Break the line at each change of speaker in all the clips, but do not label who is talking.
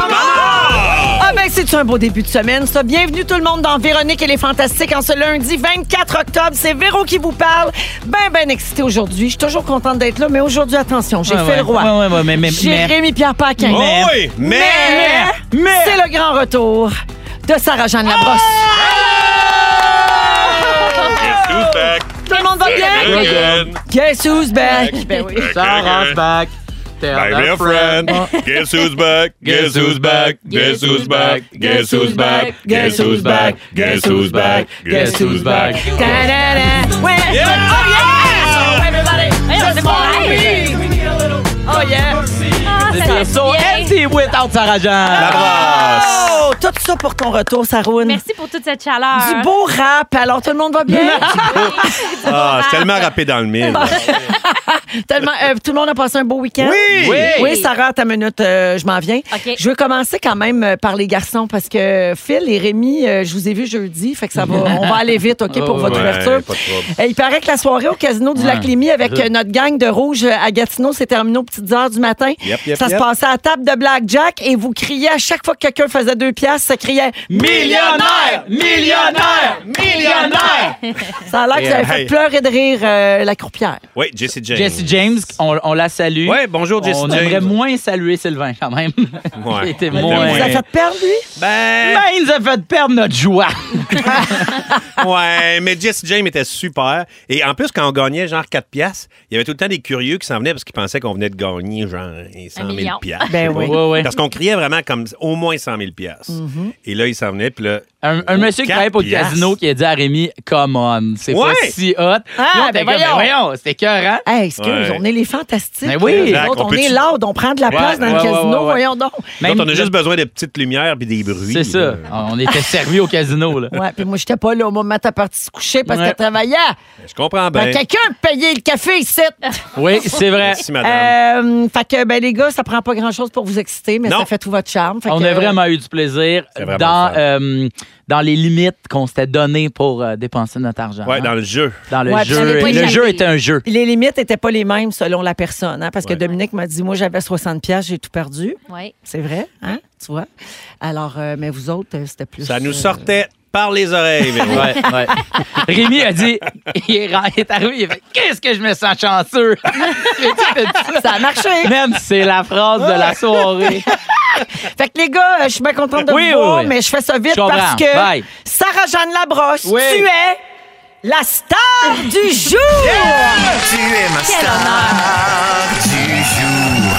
Ah ben c'est un beau début de semaine, ça. Bienvenue tout le monde dans Véronique et les Fantastiques en ce lundi 24 octobre. C'est Véro qui vous parle. Ben ben excité aujourd'hui. Je suis toujours contente d'être là, mais aujourd'hui attention, j'ai
Ouais,
fait
ouais.
le roi.
Ouais, ouais, ouais, mais, mais, mais-
Jérémy Pierre Paquin.
Mais-
Oh Oui, mais
mais, c'est le grand retour de Sarah Jeanne Labrosse.
Ah! Who's back
Tout le monde va bien?
again?
Guess who's back? Ben oui.
Sarah's back. Tell
My
the
real friend. Guess who's back? Guess who's back? Guess who's back? Guess who's back? Guess who's back? Guess who's back? Guess who's back?
Ta-da-da. Ouais. Oh yeah! Everybody, just follow me. Oh yeah!
Ah,
They're so empty without Sarah
Ah.
Jeanne.
Ah,
Oh! Tout ça pour ton retour, Saroune.
Merci pour toute cette chaleur.
Du beau rap. Alors, tout le monde va bien?
Ah, c'est tellement râpé dans le mille.
Tellement, euh, tout le monde a passé un beau week-end?
Oui!
Oui, Sarah, ta minute, euh, je m'en viens.
OK.
Je veux commencer quand même euh, par les garçons parce que Phil et Rémi, euh, je vous ai vu jeudi, fait que ça va, on va aller vite, OK, pour
Oh,
votre
ouais,
ouverture.
pas de trouble.
Euh, il paraît que la soirée au casino du
Ouais.
Lac Lémy avec euh, notre gang de rouge euh, à Gatineau s'est terminée aux petites heures du matin.
Yep, yep,
ça se
yep.
passait à la table de Blackjack et vous criez à chaque fois que quelqu'un faisait deux piastres, ça criait
Millionnaire! Millionnaire! Millionnaire!
Ça a l'air que
Yeah.
ça avait fait
Hey.
pleurer de rire euh, la croupière.
Oui, Jesse James.
Jesse James, on, on la salue.
Ouais, bonjour, Jesse
on
James.
aimerait moins saluer Sylvain quand même.
Ouais.
Il était
Il était
moins.
Il vous a
moins.
fait perdre, lui?
Ben,
Ben, il nous a fait perdre notre joie.
ouais, mais Jesse James était super. Et en plus, quand on gagnait genre 4 piastres, il y avait tout le temps des curieux qui s'en venaient parce qu'ils pensaient qu'on venait de gagner genre 100 000
million.
piastres.
Ben
je sais
oui.
pas.
Ouais, ouais. Mhm.
Parce qu'on criait vraiment comme au moins 100 000 piastres. Et là, ils s'en venaient, puis là...
Un, un monsieur qui
Quatre
travaille pour le
piastres.
casino qui a dit à Rémi, Come on, c'est
Ouais.
pas si hot. Puis on était
ben
comme,
voyons.
voyons, c'était cœur,
Hey, excuse,
Ouais.
on est les fantastiques.
Mais oui.
Nous
Exact,
autres, on,
on peut-tu-
est loud, on prend de la place dans le
ouais, ouais,
casino,
ouais, ouais.
voyons donc.
Donc, on a juste besoin de petites lumières puis des bruits.
C'est ça. On était servis au casino, là.
Ouais, puis moi, j'étais pas là au moment de ta partie se coucher parce
Ouais.
qu'elle travaillait.
Je comprends
Ben,
bien.
quelqu'un payait le café ici.
Oui, c'est vrai.
Merci, madame.
Euh, fait que, ben, les gars, ça prend pas grand-chose pour vous exciter, mais
Non.
ça fait tout votre charme. Fait
On
que-
a vraiment eu du plaisir
C'est vraiment
dans,
le fun.
euh, dans les limites qu'on s'était données pour euh, dépenser notre argent.
ouais,
hein.
dans le jeu.
Dans le
Ouais, puis
jeu.
j'avais pas
Le
échappé.
jeu était un jeu.
euh, Les limites n'étaient pas les mêmes selon la personne, hein, parce
Ouais.
que Dominique m'a dit, moi, j'avais 60 pièces, j'ai tout perdu.
Ouais.
C'est vrai, hein, tu vois. Alors, euh, mais vous autres, euh, c'était plus...
Ça nous
euh,
sortait par les oreilles. Véro.
Ouais, ouais. Rémi a dit, il est, ra- il est arrivé, il a fait Qu'est-ce que je me sens chanceux! Mais tu fais ça.
Ça a marché.
Même c'est la phrase de la soirée.
Fait que les gars, euh, je suis bien contente de
Oui,
vous voir,
oui, oui.
mais je fais ça vite
Je comprends.
parce que
Bye.
Sarah-Jeanne Labrosse,
Oui.
tu es la star du jour!
Tu es ma star du jour.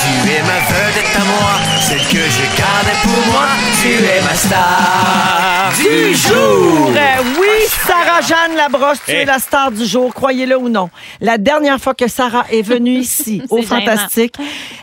Tu es ma vedette à moi, celle que je gardais pour moi. Tu es ma star du jour.
Euh, oui,
Ah,
Sarah-Jeanne Labrosse, tu es
Eh.
Hey.
la star du jour, croyez-le ou non. La dernière fois que Sarah est venue ici, au
C'est gênant.
Fantastique,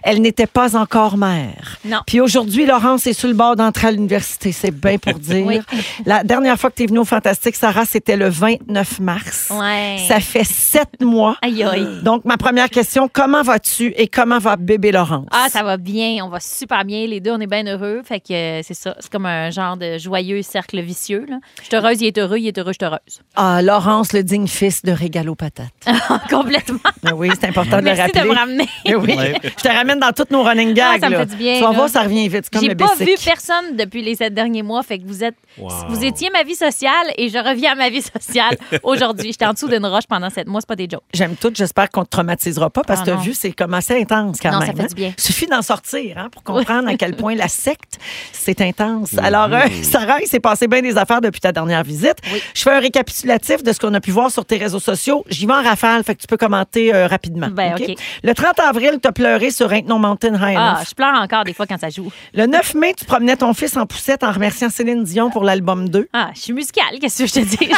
elle n'était pas encore mère.
Non.
Puis aujourd'hui, Laurence est sur le bord d'entrer à l'université, c'est bien pour dire.
Oui.
La dernière fois que tu es venue au Fantastique, Sarah, c'était le 29 mars.
Ouais.
Ça fait sept mois.
Aïe, aïe.
Donc, ma première question, comment vas-tu et comment va bébé Laurence?
Ah, ça va bien, on va super bien. Les deux, on est bien heureux. Fait que euh, c'est ça. C'est comme un genre de joyeux cercle vicieux. Là. Je suis heureuse, il est heureux, il est heureux, je suis heureuse.
Ah, Laurence, le digne fils de Régalo Patate.
Complètement.
Ben oui, c'est important de le
Merci
rappeler.
de me ramener.
Ben oui, je te ramène dans toutes nos running
Ah,
gags.
ça me
là.
fait du bien,
Tu vas
là.
voir, ça revient vite, c'est comme
J'ai
le
pas vu
basic.
personne depuis les sept derniers mois. Fait que vous êtes,
Wow.
vous étiez ma vie sociale et je reviens à ma vie sociale aujourd'hui. J'étais en dessous d'une roche pendant sept mois. C'est pas des jokes.
J'aime tout, j'espère qu'on ne te traumatisera pas parce que
Ah,
tu as
non.
vu, c'est comme assez intense quand
Non, ça
même.
fait
hein.
du bien.
Suffit d'en sortir hein, pour comprendre à quel point la secte, c'est intense. Alors, euh, Sarah, il s'est passé passé bien des affaires depuis ta dernière visite. Je fais un récapitulatif de ce qu'on a pu voir sur tes réseaux sociaux. J'y vais en rafale, fait que tu peux commenter euh, rapidement.
Ben,
OK?
OK.
Le 30 avril, tu as pleuré sur Ain't No Mountain High
Ah,
Enough.
je pleure encore des fois quand ça joue.
Le 9 mai, tu promenais ton fils en poussette en remerciant Céline Dion pour l'album 2.
Ah, je suis musicale, qu'est-ce que je te dis?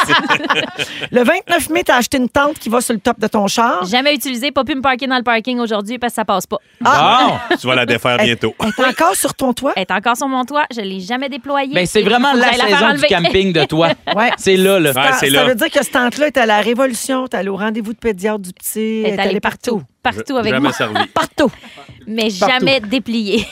Le 29 mai, tu as acheté une tente qui va sur le top de ton char.
Jamais utilisé, pas pu me parker dans le parking aujourd'hui parce que ça passe pas. Ah.
Tu vas la défaire bientôt.
Elle est encore sur ton toit.
Elle est encore sur mon toit, je l'ai jamais déployée.
Ben, c'est vraiment
Faut que
la
j'aille faire
saison du
enlever.
camping de toi.
Ouais.
C'est là, là.
Ouais, c'est
ça
là.
veut dire que cette tente-là est à la Révolution, t'es allée au rendez-vous de pédiatre du petit,
Elle est allée partout. Partout avec
Jamais
moi,
servi.
Partout.
mais jamais Ah, dépliée.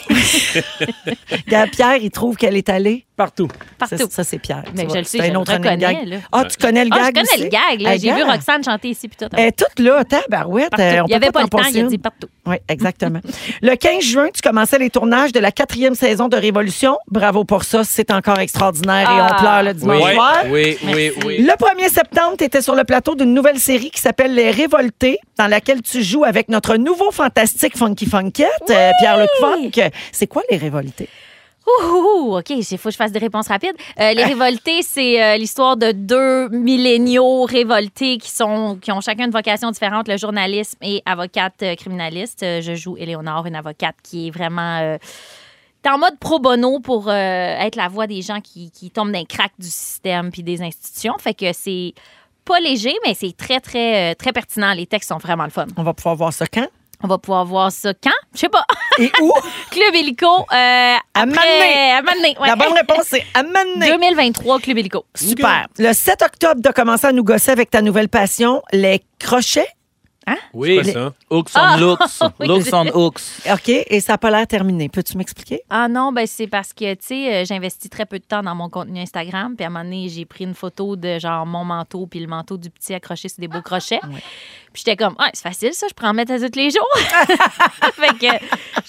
Regarde, Pierre, il trouve qu'elle est allée
Partout.
Partout.
Ça, ça, c'est Pierre. tu
Mais
vois.
je le sais,
C'est
je
un
le
autre running
reconnais,
gag.
là.
Ah, tu connais le
Ah, je
gag
connais le
aussi?
gag, là.
Hey,
J'ai vu
gars,
Roxane chanter ici, puis tout.
Elle est toute là, tabarouette.
Partout.
euh, on
Il n'y
peut
avait pas le
t'en
temps,
passer
il a
une.
dit partout.
Oui, exactement. le 15 juin, tu commençais les tournages de la quatrième saison de Révolution. Bravo pour ça, c'est encore extraordinaire et
Ah.
on pleure le dimanche
Oui,
soir.
oui, oui, oui.
Le 1er septembre, tu étais sur le plateau d'une nouvelle série qui s'appelle Les Révoltés, dans laquelle tu joues avec notre nouveau fantastique Funky Funkette, euh, Pierre-Luc Funk. C'est quoi Les Révoltés?
Ouh, ouh, ouh, OK, il faut que je fasse des réponses rapides. Euh,
Ah.
les révoltés, c'est euh, l'histoire de deux milléniaux révoltés qui, sont, qui ont chacun une vocation différente, le journalisme et avocate euh, criminaliste. Euh, je joue Éléonore, une avocate qui est vraiment... euh, T'es en mode pro bono pour euh, être la voix des gens qui, qui tombent d'un crack du système puis des institutions. Fait que c'est pas léger, mais c'est très, très, euh, très pertinent. Les textes sont vraiment le fun.
On va pouvoir voir ça quand?
On va pouvoir voir ça quand? Je sais pas.
Et où?
Club Illico. Euh,
À
après- à Mané, ouais.
La bonne réponse, c'est à Mané.
2023, Club Illico.
Super. Le 7 octobre, tu as commencé à nous gosser avec ta nouvelle passion, les crochets.
Oui,
C'est quoi ça?
hooks on looks. Looks on hooks.
OK, et ça n'a pas l'air terminé. Peux-tu m'expliquer?
Ah non, ben c'est parce que, tu sais, euh, j'investis très peu de temps dans mon contenu Instagram. Puis à un moment donné, j'ai pris une photo de genre mon manteau, puis le manteau du petit accroché sur des beaux crochets. Puis j'étais comme, ah, c'est facile ça, je prends en mettre à tous les jours. fait que euh,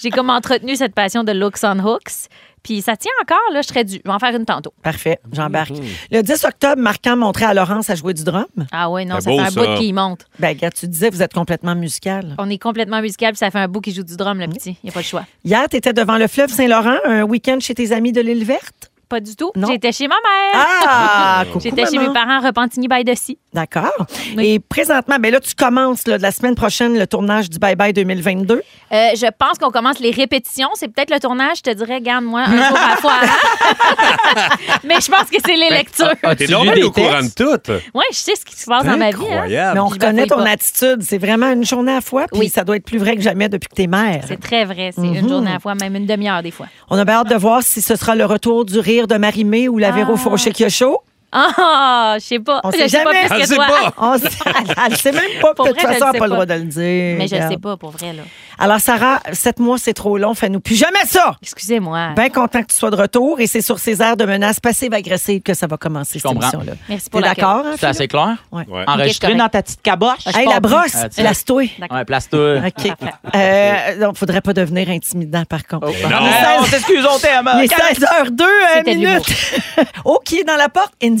j'ai comme entretenu cette passion de looks on hooks. Puis ça tient encore, là, je serais dû. Je vais en faire une tantôt.
Parfait, j'embarque. Le 10 octobre, Marquand montrait à Laurence à jouer du drum.
Ah ouais, non,
C'est
ça
beau,
fait un
ça.
bout qui monte.
Ben, gars, tu disais, vous êtes complètement musical.
On est complètement musical, puis ça fait un bout qui joue du drum, le petit. Il n'y a pas le choix.
Hier, tu étais devant le fleuve Saint-Laurent, un week-end chez tes amis de l'île verte.
Pas du tout.
Non.
J'étais chez ma mère.
Ah, coucou,
J'étais chez
maman.
mes parents à Repentigny by the Sea.
D'accord.
Oui.
Et présentement, ben là, tu commences là, de la semaine prochaine le tournage du Bye Bye 2022.
Euh, je pense qu'on commence les répétitions. C'est peut-être le tournage. Je te dirais, garde-moi un jour à la fois. avant. Mais je pense que c'est
Ben,
les lectures.
As-tu
T'es
lu
donc bien
des
au courant de
textes?
tout.
Ouais, je sais ce qui se passe dans ma vie. hein.
Mais on
ah. Incroyable.
J'y
reconnaît
bafouille
ton
pas.
attitude. C'est vraiment une journée à la fois, puis
Oui.
ça doit être plus vrai que jamais depuis que t'es mère.
C'est très vrai. C'est
Mhm.
une journée à la fois, même une demi-heure des fois.
On a bien hâte de voir si ce sera le retour du rire de Marie-Mé ou la Véro Fauché qui a chaud.
Ah, je sais pas.
On
Ah. Je
sait
sais pas
jamais.
plus
On
que
sait
toi.
pas.
On sait- elle, elle sait même pas,
Pour
de toute
vrai, je le
façon, elle n'a
sais
pas le
pas.
droit de le dire.
Mais je le
Regarde.
sais pas pour vrai, là.
Alors, Sarah, sept mois, c'est trop long. Fais-nous plus jamais ça!
Excusez-moi.
Bien content que tu sois de retour et c'est sur ces airs de menaces passives-agressives que ça va commencer cette
comprends.
émission-là.
Merci pour
T'es
la
d'accord? hein,
C'est assez clair?
Ouais.
Ouais.
Enregistré
correct.
dans ta petite caboche?
Phil? Hey, la brosse,
Ah, tiens.
place-toi.
Ouais, place-toi.
OK. Euh, donc, faudrait pas devenir intimidant, par contre.
Oh,
Non.
on s'excuse, on t'aime.
Il est 16h02 euh,
C'était de l'humour.
minutes. oh, qui est dans la porte? India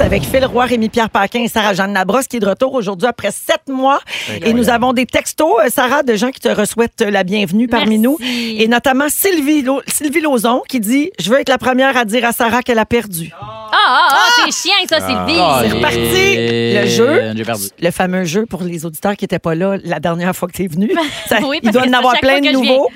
Avec Phil Roy, Rémi-Pierre Paquin et Sarah-Jeanne Labrosse qui est de retour aujourd'hui après sept mois. Et nous avons des textos, euh, Sarah, de gens qui te re-souhaitent euh, la bienvenue
Merci.
parmi nous. Et notamment Sylvie, Lo- Sylvie Lozon qui dit « Je veux être la première à dire à Sarah qu'elle a perdu ».
Ah, ah, ah, c'est chiant, ça, Sylvie.
Ah,
C'est reparti. Le jeu.
J'ai perdu.
Le fameux jeu pour les auditeurs qui n'étaient pas là la dernière fois que tu es venu. Ça,
Oui,
il
parce
doit
que
en
c'est à
avoir
chaque
plein
fois
de
que je
nouveaux.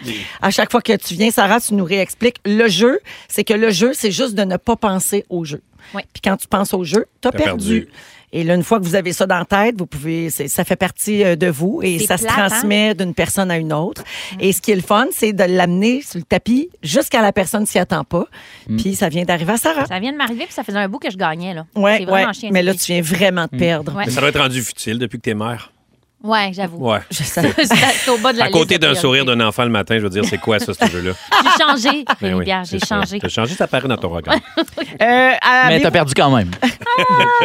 À chaque fois que tu viens, Sarah, tu nous réexpliques. Le jeu, c'est que le jeu, c'est juste de ne pas penser au jeu.
Oui.
Puis quand tu penses au jeu, tu as
T'as
perdu.
perdu.
Et là, une fois que vous avez ça dans la tête, vous pouvez, c'est- ça fait partie euh, de vous et
C'est
ça se
plate, hein? Mm.
transmet d'une personne à une autre. Et ce qui est le fun, c'est de l'amener sur le tapis jusqu'à la personne s'y attend pas. Puis ça vient d'arriver à Sarah.
Ça vient de m'arriver, puis ça faisait un bout que je gagnais, là.
Ouais,
c'est vraiment
ouais.
chiant.
Mais là,
Sylvie.
tu viens vraiment de perdre.
Ouais.
Mais ça doit être rendu futile depuis que t'es mère.
Ouais, j'avoue.
Ouais.
Je sais.
C'est c'est au bas de la
À côté
liste
d'un
de
sourire
priorités.
d'un enfant le matin, je veux dire, c'est quoi ça, ce jeu-là?
J'ai changé,
Ben oui,
Rémi-Pierre, j'ai
c'est ça.
changé.
T'as changé, ça paraît dans ton regard.
Euh, à-
Mais t'as perdu quand même.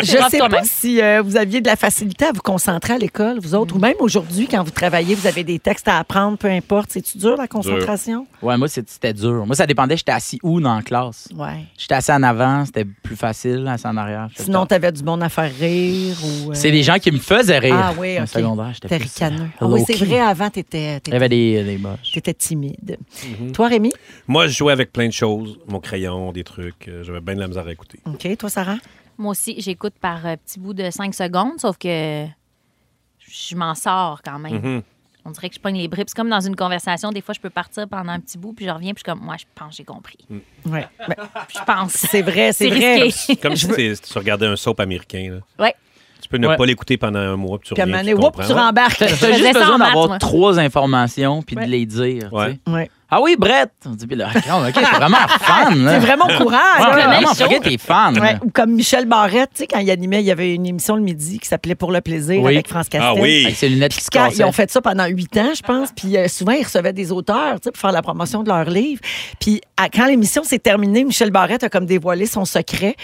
Je
Brave
sais pas
toi-même.
si euh, vous aviez de la facilité à vous concentrer à l'école, vous autres, ou même aujourd'hui, quand vous travaillez, vous avez des textes à apprendre, peu importe. C'est-tu dur, la concentration?
Ouais, moi, c'est- c'était dur. Moi, ça dépendait, j'étais assis où dans la classe.
Ouais.
J'étais assis en avant, c'était plus facile, assis en arrière.
Sinon, t'avais du monde à faire rire ou... euh,
C'est des gens qui me faisaient rire.
Ah oui,
Au
OK.
secondaire, j'étais
T'es
plus,
ricaneux.
euh,
Ah oui, c'est
low-key.
vrai, avant, t'étais
Il y
t'étais-
avait des, des moches.
t'étais timide.
Mm-hmm.
Toi, Rémi?
Moi, je jouais avec plein de choses. Mon crayon, des trucs. euh, J'avais bien de la misère à écouter.
OK. Toi, Sarah?
Moi aussi, j'écoute par euh, petits bouts de 5 secondes, sauf que je m'en sors quand même. On dirait que je pogne les bribes. C'est comme dans une conversation. Des fois, je peux partir pendant un petit bout, puis je reviens, puis je suis comme, moi, je pense, que j'ai compris.
Ouais. Ben,
Puis je pense.
c'est vrai, c'est
C'est
vrai.
risqué.
Comme si t'es- si tu regardais un soap américain. là.
Ouais.
Tu peux ne
Ouais.
pas l'écouter pendant un mois, puis tu
Puis à un
reviens,
moment
puis
donné,
tu
whoop,
comprends.
tu rembarques.
T'as
faisais
juste
ça en
besoin
maths,
d'avoir
moi.
trois informations puis
Ouais.
de les dire.
Ouais.
tu sais.
Ouais.
Ah oui, Brett! On dit, puis là, OK, t'es vraiment fan. là.
T'es vraiment au courant.
Ouais,
là.
t'es Ah, vraiment,
show.
fucking, t'es fan.
Ouais,
là.
ou comme Michel Barrette, tu sais, quand il animait, il y avait une émission le midi qui s'appelait Pour le plaisir
Oui.
avec France Castel.
Ah oui.
Avec ses lunettes qui
Puis
se
quand
cassaient.
ils ont fait ça pendant huit ans, je pense, puis euh, souvent ils recevaient des auteurs tu sais, pour faire la promotion de leur livre. Puis à- quand l'émission s'est terminée, Michel Barrette a comme dévoilé son secret.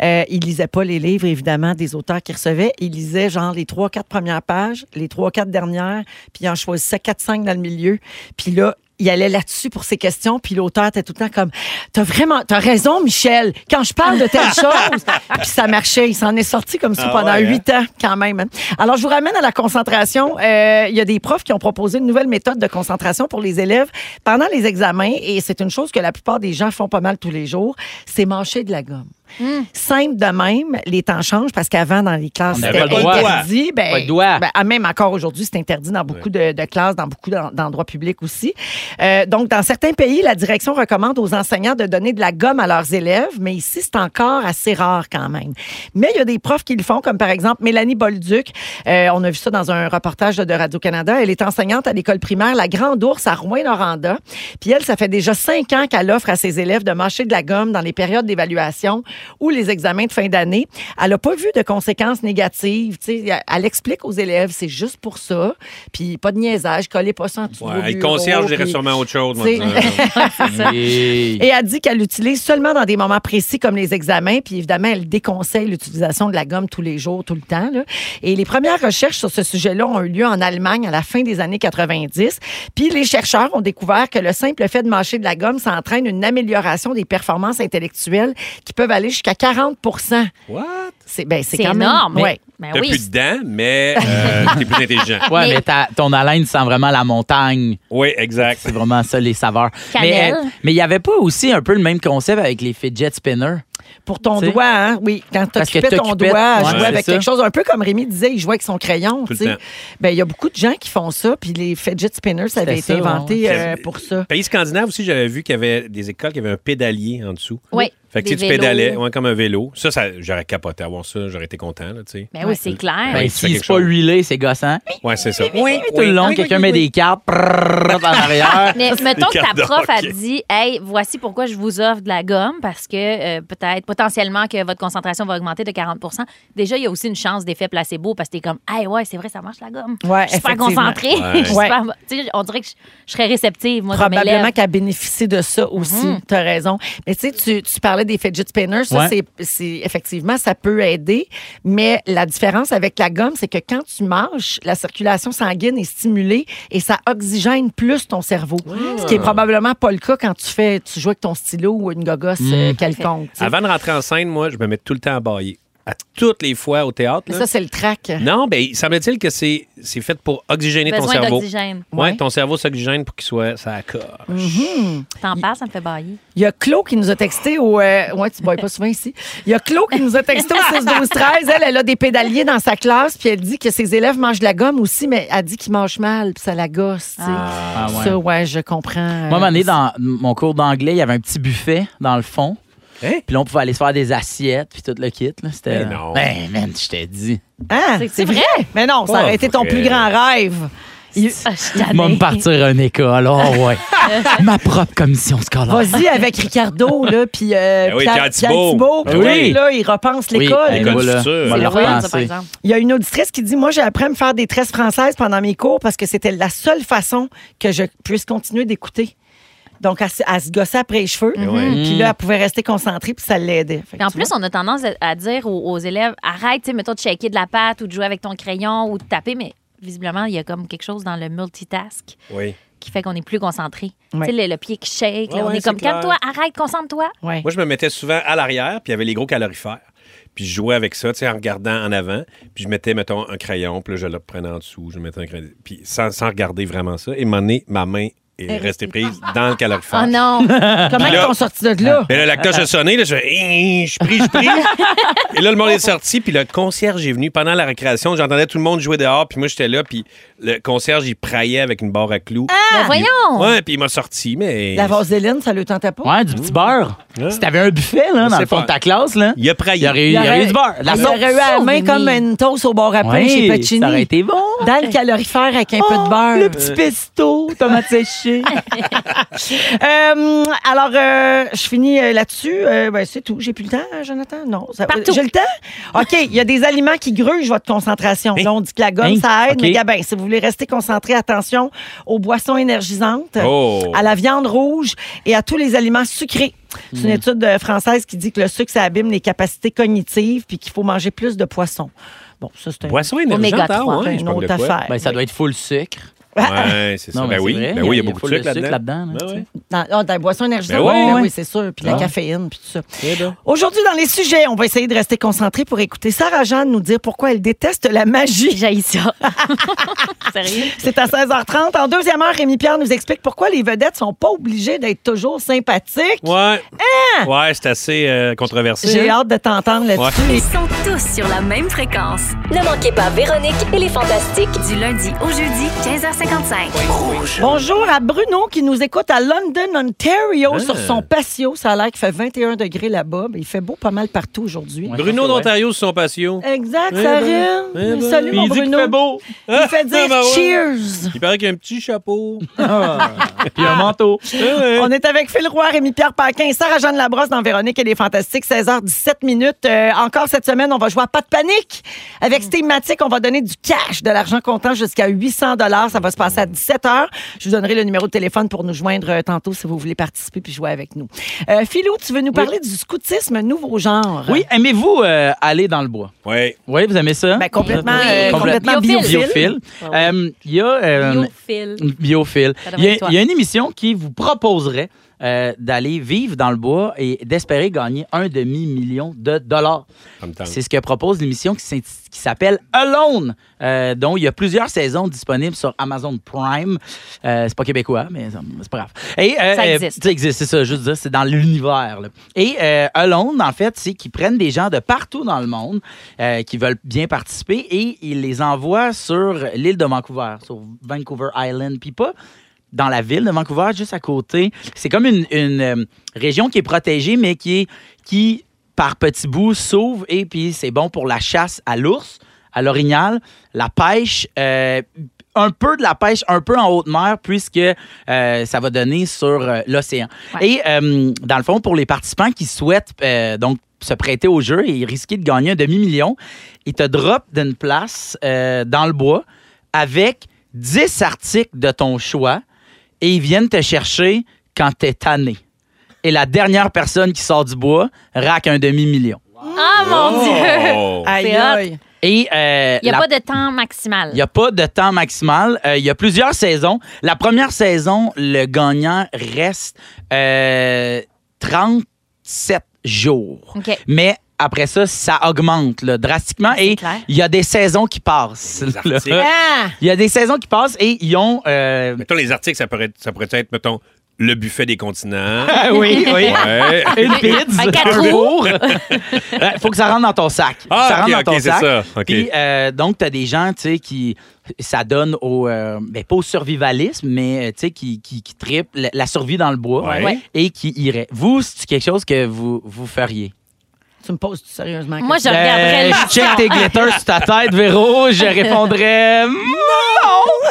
Euh, il lisait pas les livres, évidemment, des auteurs qu'il recevait. Il lisait genre les trois, quatre premières pages, les trois, quatre dernières, puis il en choisissait quatre, cinq dans le milieu. Puis là, il allait là-dessus pour ses questions, puis l'auteur était tout le temps comme T'as vraiment, t'as raison, Michel, quand je parle de telle chose. puis ça marchait. Il s'en est sorti comme ça
Ah
pendant
ouais, hein?
huit temps, quand même. hein. Alors, je vous ramène à la concentration. Euh, Il y a des profs qui ont proposé une nouvelle méthode de concentration pour les élèves pendant les examens, et c'est une chose que la plupart des gens font pas mal tous les jours, c'est mâcher de la gomme. Simple de même, les temps changent parce qu'avant, dans les classes,
On
c'était
n'avait pas le droit.
interdit. Ben,
Pas le droit.
ben, ah, même encore aujourd'hui, c'est interdit dans beaucoup de, de classes, dans beaucoup d'en- d'endroits publics aussi. Euh, donc, dans certains pays, la direction recommande aux enseignants de donner de la gomme à leurs élèves, mais ici, c'est encore assez rare quand même. Mais il y a des profs qui le font, comme par exemple Mélanie Bolduc. Euh, on a vu ça dans un reportage de de Radio-Canada. Elle est enseignante à l'école primaire La Grande Ourse à Rouen-Noranda. Puis elle, ça fait déjà cinq ans qu'elle offre à ses élèves de mâcher de la gomme dans les périodes d'évaluation ou les examens de fin d'année. Elle n'a pas vu de conséquences négatives. Tu sais, elle explique aux élèves, c'est juste pour ça. Puis pas de niaisage, collez pas ça en dessous de vos
Ouais, le
bureaux,
concierge, dirait
puis-
sûrement autre chose. moi,
C'est-
en disant,
Ben
euh,
Et-
et a dit qu'elle l'utilise seulement dans des moments précis comme les examens. Puis évidemment, elle déconseille l'utilisation de la gomme tous les jours, tout le temps. là. Et les premières recherches sur ce sujet-là ont eu lieu en Allemagne à la fin des années 90. Puis les chercheurs ont découvert que le simple fait de mâcher de la gomme, ça entraîne une amélioration des performances intellectuelles qui peuvent aller jusqu'à 40
What?
C'est ben,
C'est
quand même-
énorme.
Ouais.
Ben
T'as
oui.
plus de dents, mais euh, t'es plus intelligent.
ah,
Ouais,
Mais-
mais ta- ton haleine sent vraiment la montagne.
Oui, exact.
C'est vraiment ça, les saveurs. Mais
Cannelle.
euh, mais il n'y avait pas aussi un peu le même concept avec les fidget spinners.
Pour ton
Tu sais.
doigt, hein? Oui, quand
Parce que
t'occupais ton
t'occupais-
doigt,
Ouais,
jouer
c'est
avec
ça.
quelque chose, un peu comme Rémi disait, il jouait avec son crayon.
Tout le
tu sais.
temps.
Ben, il y a beaucoup de gens qui font ça, puis les fidget spinners ça avait été
C'était ça,
inventé
ouais.
euh, pour ça.
Pays scandinave aussi, j'avais vu qu'il y avait des écoles qui avaient un pédalier en dessous.
Oui,
Fait que
des
tu sais, tu pédalais
vélos.
ouais, comme un vélo. Ça, ça j'aurais capoté à voir ça. J'aurais été content, là, tu sais.
Ben oui, c'est clair.
Ben,
Ouais, tu fais
si c'est
quelque
pas
chose.
huilé, c'est gossant.
Ouais, c'est ça.
tout le long,
oui,
quelqu'un
oui,
met
oui.
des cartes prrrr, en arrière.
Mais mettons que
cartes de
ta prof a
hockey.
dit Hey, voici pourquoi je vous offre de la gomme, parce que euh, peut-être, potentiellement, que votre concentration va augmenter de 40 Déjà, il y a aussi une chance d'effet placebo parce que t'es comme Hey, ouais, c'est vrai, ça marche la gomme.
Ouais,
je suis super
effectivement.
concentrée.
Ouais.
Je suis super- tu sais, on dirait que je, je serais réceptive, moi, comme
Probablement
élève.
qu'elle a bénéficié de ça aussi. Tu as raison. Mais tu sais, tu- tu parlais des fidget spinners. Ça,
Ouais.
c'est- c'est effectivement, ça peut aider. Mais la différence avec la gomme, c'est que quand tu mâches, la circulation sanguine est stimulée et ça oxygène plus ton cerveau. Ce qui est probablement pas le cas quand tu fais, tu joues avec ton stylo ou une gogosse euh, quelconque. tu sais.
Avant de rentrer en scène, moi, je me mets tout le temps à bailler. À toutes les fois au théâtre.
Mais
là.
ça, c'est le trac.
non, ben, semble-t-il que c'est c'est fait pour oxygéner ton
Besoin
cerveau.
d'oxygène.
Ouais,
Ouais.
ton cerveau s'oxygène pour qu'il soit ça accord.
T'en parles, ça me fait bailler.
Il y a Claude qui nous a texté au. euh, ouais, tu bois pas souvent ici. Il y a Claude qui nous a texté au 6 12 13 Elle, elle a des pédaliers dans sa classe, puis elle dit que ses élèves mangent de la gomme aussi, mais elle dit qu'ils mangent mal, puis ça la gosse. tu sais.
Ah, ouais.
Ça, ouais, je comprends.
Moi,
euh,
à un moment donné, dans mon cours d'anglais, il y avait un petit buffet dans le fond.
Hein?
Puis là, on pouvait aller se faire des assiettes, puis tout le kit. là. C'était.
Mais non.
Ben, man, je t'ai dit.
Hein?
C'est-
C'est
c'est
vrai? Mais non, ça
Pas
aurait été ton
vrai.
plus grand rêve. Il-
Ah, je suis
Tu vas me
tannée.
partir à une école. Oh, ouais. Ma propre commission scolaire.
Vas-y avec Ricardo, là, puis euh,
Ben oui,
Pierre,
Pierre
Pierre
Thibault.
Thibault, puis
Ben
tout,
oui.
là, il repense l'école.
Oui,
L'école
ben,
du
voilà.
futur.
On va
C'est
le
le fun, ça, par
repenser.
exemple.
Il y a une auditrice qui dit Moi, j'ai appris à me faire des tresses françaises pendant mes cours parce que c'était la seule façon que je puisse continuer d'écouter. Donc, elle, se- elle se gossait après les cheveux.
Eh ouais.
Puis
Mm.
là, elle pouvait rester concentrée, puis ça l'aidait. Fait que
Puis en
tu
plus,
vois.
on a tendance à- à dire aux, aux élèves arrête, tu sais, mettons de shaker de la pâte ou de jouer avec ton crayon ou de taper, mais visiblement, il y a comme quelque chose dans le multitask
Oui.
qui fait qu'on est plus concentré.
Ouais.
Tu sais, le, le pied qui shake, là,
Ouais,
on
ouais,
est comme
c'est clair.
calme-toi, arrête, concentre-toi.
Ah.
Ouais.
Moi, je me mettais souvent à l'arrière, puis il y avait les gros calorifères. Puis je jouais avec ça, tu sais, en regardant en avant. Puis je mettais, mettons, un crayon, puis là, je le prenais en dessous, je mettais un crayon. Puis sans, sans regarder vraiment ça. Et à un moment donné, ma main est restée prise dans le calorifère.
Oh non!
Comment
là-
ils sont sortis de
Ah, ben,
là?
Et là, la cloche a sonné, là, je fais, Hi, hi, je prie, je prie. et là, le monde est sorti, puis le concierge est venu pendant la récréation. J'entendais tout le monde jouer dehors, puis moi, j'étais là, puis le concierge, il praillait avec une barre à clous.
Mais Ah, voyons!
Ouais, puis il m'a sorti, mais.
La vaseline, ça le tentait pas?
Ouais, du petit beurre.
Ouais.
Si t'avais un buffet, là, dans
sais
le fond
pas.
de ta classe, là, il
Il a praillé.
y aurait eu- il y aurait eu du beurre. La
Il
sauce.
aurait eu à la main
Sauce,
comme
Mimi.
une toast au bord à pain
Ouais,
chez
Ça aurait
Pacini.
été bon.
Dans le calorifère avec un peu de beurre.
Oh, Le petit pesto, tomate séchée.
Euh, alors, euh, je finis euh, là-dessus. Euh, ben, c'est tout. J'ai plus le temps, hein, Jonathan? Non. Ça-
Partout.
J'ai le temps? OK. Il y a des aliments qui grugent votre concentration. Là, on dit que la gomme,
Hein?
ça aide.
OK.
Mais, Gabin, si vous voulez rester concentré, attention aux boissons énergisantes,
Oh.
à la viande rouge et à tous les aliments sucrés. C'est
Mm.
une étude euh, française qui dit que le sucre, ça abîme les capacités cognitives puis qu'il faut manger plus de poissons. Bon, ça, c'est un.
Boisson
Oméga
énergisante, ah,
trois.
ouais,
une
je pomme de
autre
quoi.
affaire.
Ben, ça
Oui.
doit être full sucre.
Ouais, c'est ça.
Non, mais
ben,
c'est
oui.
vrai,
ben oui, il y a beaucoup de
full
sucre là-dedans.
là-dedans, hein, tu
Ben
sais.
ouais.
Dans, ah, dans les boissons énergisantes?
Ben oui.
Ben
Ouais.
oui, c'est sûr. Puis la
Ah.
caféine, puis tout ça. Aujourd'hui, dans les sujets, on va essayer de rester concentré pour écouter Sarah Jeanne nous dire pourquoi elle déteste la magie.
J'ai ça. Sérieux?
C'est à 16h30. En deuxième heure, Rémi Pierre nous explique pourquoi les vedettes sont pas obligées d'être toujours sympathiques.
Ouais. Ouais, c'est assez euh, controversé.
J'ai hâte de t'entendre là-dessus.
Ouais.
Ils sont tous sur la même fréquence.
Ne manquez pas Véronique et les Fantastiques.
Du lundi au jeudi, 15h55.
Bonjour à Bruno qui nous écoute à London, Ontario,
Ah.
sur son patio. Ça a l'air qu'il fait 21 degrés là-bas. mais Il fait beau pas mal partout aujourd'hui.
Ouais.
Bruno d'Ontario sur son patio.
Exact,
Eh
Sarah.
ben, eh ben.
Euh, Salut,
Puis
mon
il dit qu'il
Bruno.
fait beau.
Il fait dire
Ah, ben ouais.
cheers.
Il paraît qu'il y a un petit chapeau.
Puis un manteau.
On est avec Phil Roy, Rémi Pierre Paquin, Sarah Jeanne Labrosse dans Véronique et les Fantastiques, 16h17 minutes. Euh, encore cette semaine, on va jouer à pas de panique.
Mm.
Avec cette thématique, on va donner du cash, de l'argent comptant jusqu'à 800 dollars. Ça va se passer à 17h. Je vous donnerai le numéro de téléphone pour nous joindre euh, tantôt si vous voulez participer puis jouer avec nous. Euh, Philou, tu veux nous parler du scoutisme nouveau genre
Hein?
Oui, aimez-vous euh, aller dans le bois?
Ouais.
Oui, vous aimez ça?
Ben, complètement,
Oui.
euh, complètement
Complètement
biophile.
Biophile.
Ah
Euh, Il y a. euh,
Biophile.
Biophile.
Ça devrait
Il y,
être toi.
a, il y a une émission qui vous proposerait euh, d'aller vivre dans le bois et d'espérer gagner un demi-million de dollars.
Ça me tente.
C'est ce que propose l'émission qui s'int- qui s'appelle Alone, euh, dont il y a plusieurs saisons disponibles sur Amazon Prime. Euh, c'est pas québécois, mais ça- c'est pas grave. Et, euh,
Ça
euh,
existe.
ça existe, c'est ça, juste dire, c'est dans l'univers. là. Et euh, Alone, en fait, c'est qu'ils prennent des gens de partout dans le monde euh, qui veulent bien participer et ils les envoient sur l'île de Vancouver, sur Vancouver Island, puis pas dans la ville de Vancouver, juste à côté. C'est comme une, une, euh, région qui est protégée, mais qui est qui par petits bouts s'ouvre et puis c'est bon pour la chasse à l'ours, à l'orignal, la pêche, euh, un peu de la pêche, un peu en haute mer, puisque euh, ça va donner sur euh, l'océan.
Ouais.
Et euh, dans le fond, pour les participants qui souhaitent euh, donc se prêter au jeu et risquer de gagner un demi-million, ils te drop d'une place euh, dans le bois avec 10 articles de ton choix et ils viennent te chercher quand t'es tanné. Et la dernière personne qui sort du bois raque un demi-million.
Ah mon Dieu!
Oh.
Aïe,
C'est hot.
aïe.
Et euh,
Il n'y a
la-
pas de temps maximal.
il y a pas de temps maximal. Euh, Il y a plusieurs saisons. La première saison, le gagnant reste euh, 37 jours.
OK.
Mais après ça, ça augmente là, drastiquement
C'est
et
clair.
il y a des saisons qui passent.
Des articles.
là.
Ah!
Il y a des saisons qui passent et ils ont... euh,
Mettons, les articles, ça pourrait, être- ça pourrait être, mettons, le buffet des continents.
Ah oui, oui.
ouais.
Une pizza,
Un quatre
un four. Euh, faut que ça rentre dans ton sac.
Ah,
ça rentre
ok,
dans ton
ok, c'est
sac.
ça. Ok.
Puis, euh, donc, tu as des gens, tu sais, qui. Ça donne au. euh, ben, pas au survivalisme, mais, euh, tu sais, qui, qui, qui trippent la, la survie dans le bois
Ouais. Ouais.
et qui irait. Vous, c'est quelque chose que vous, vous feriez?
Tu me poses sérieusement.
Moi, je
Euh,
regarderais le
je check tes glitters sur ta tête, Véro. Je répondrais. Non!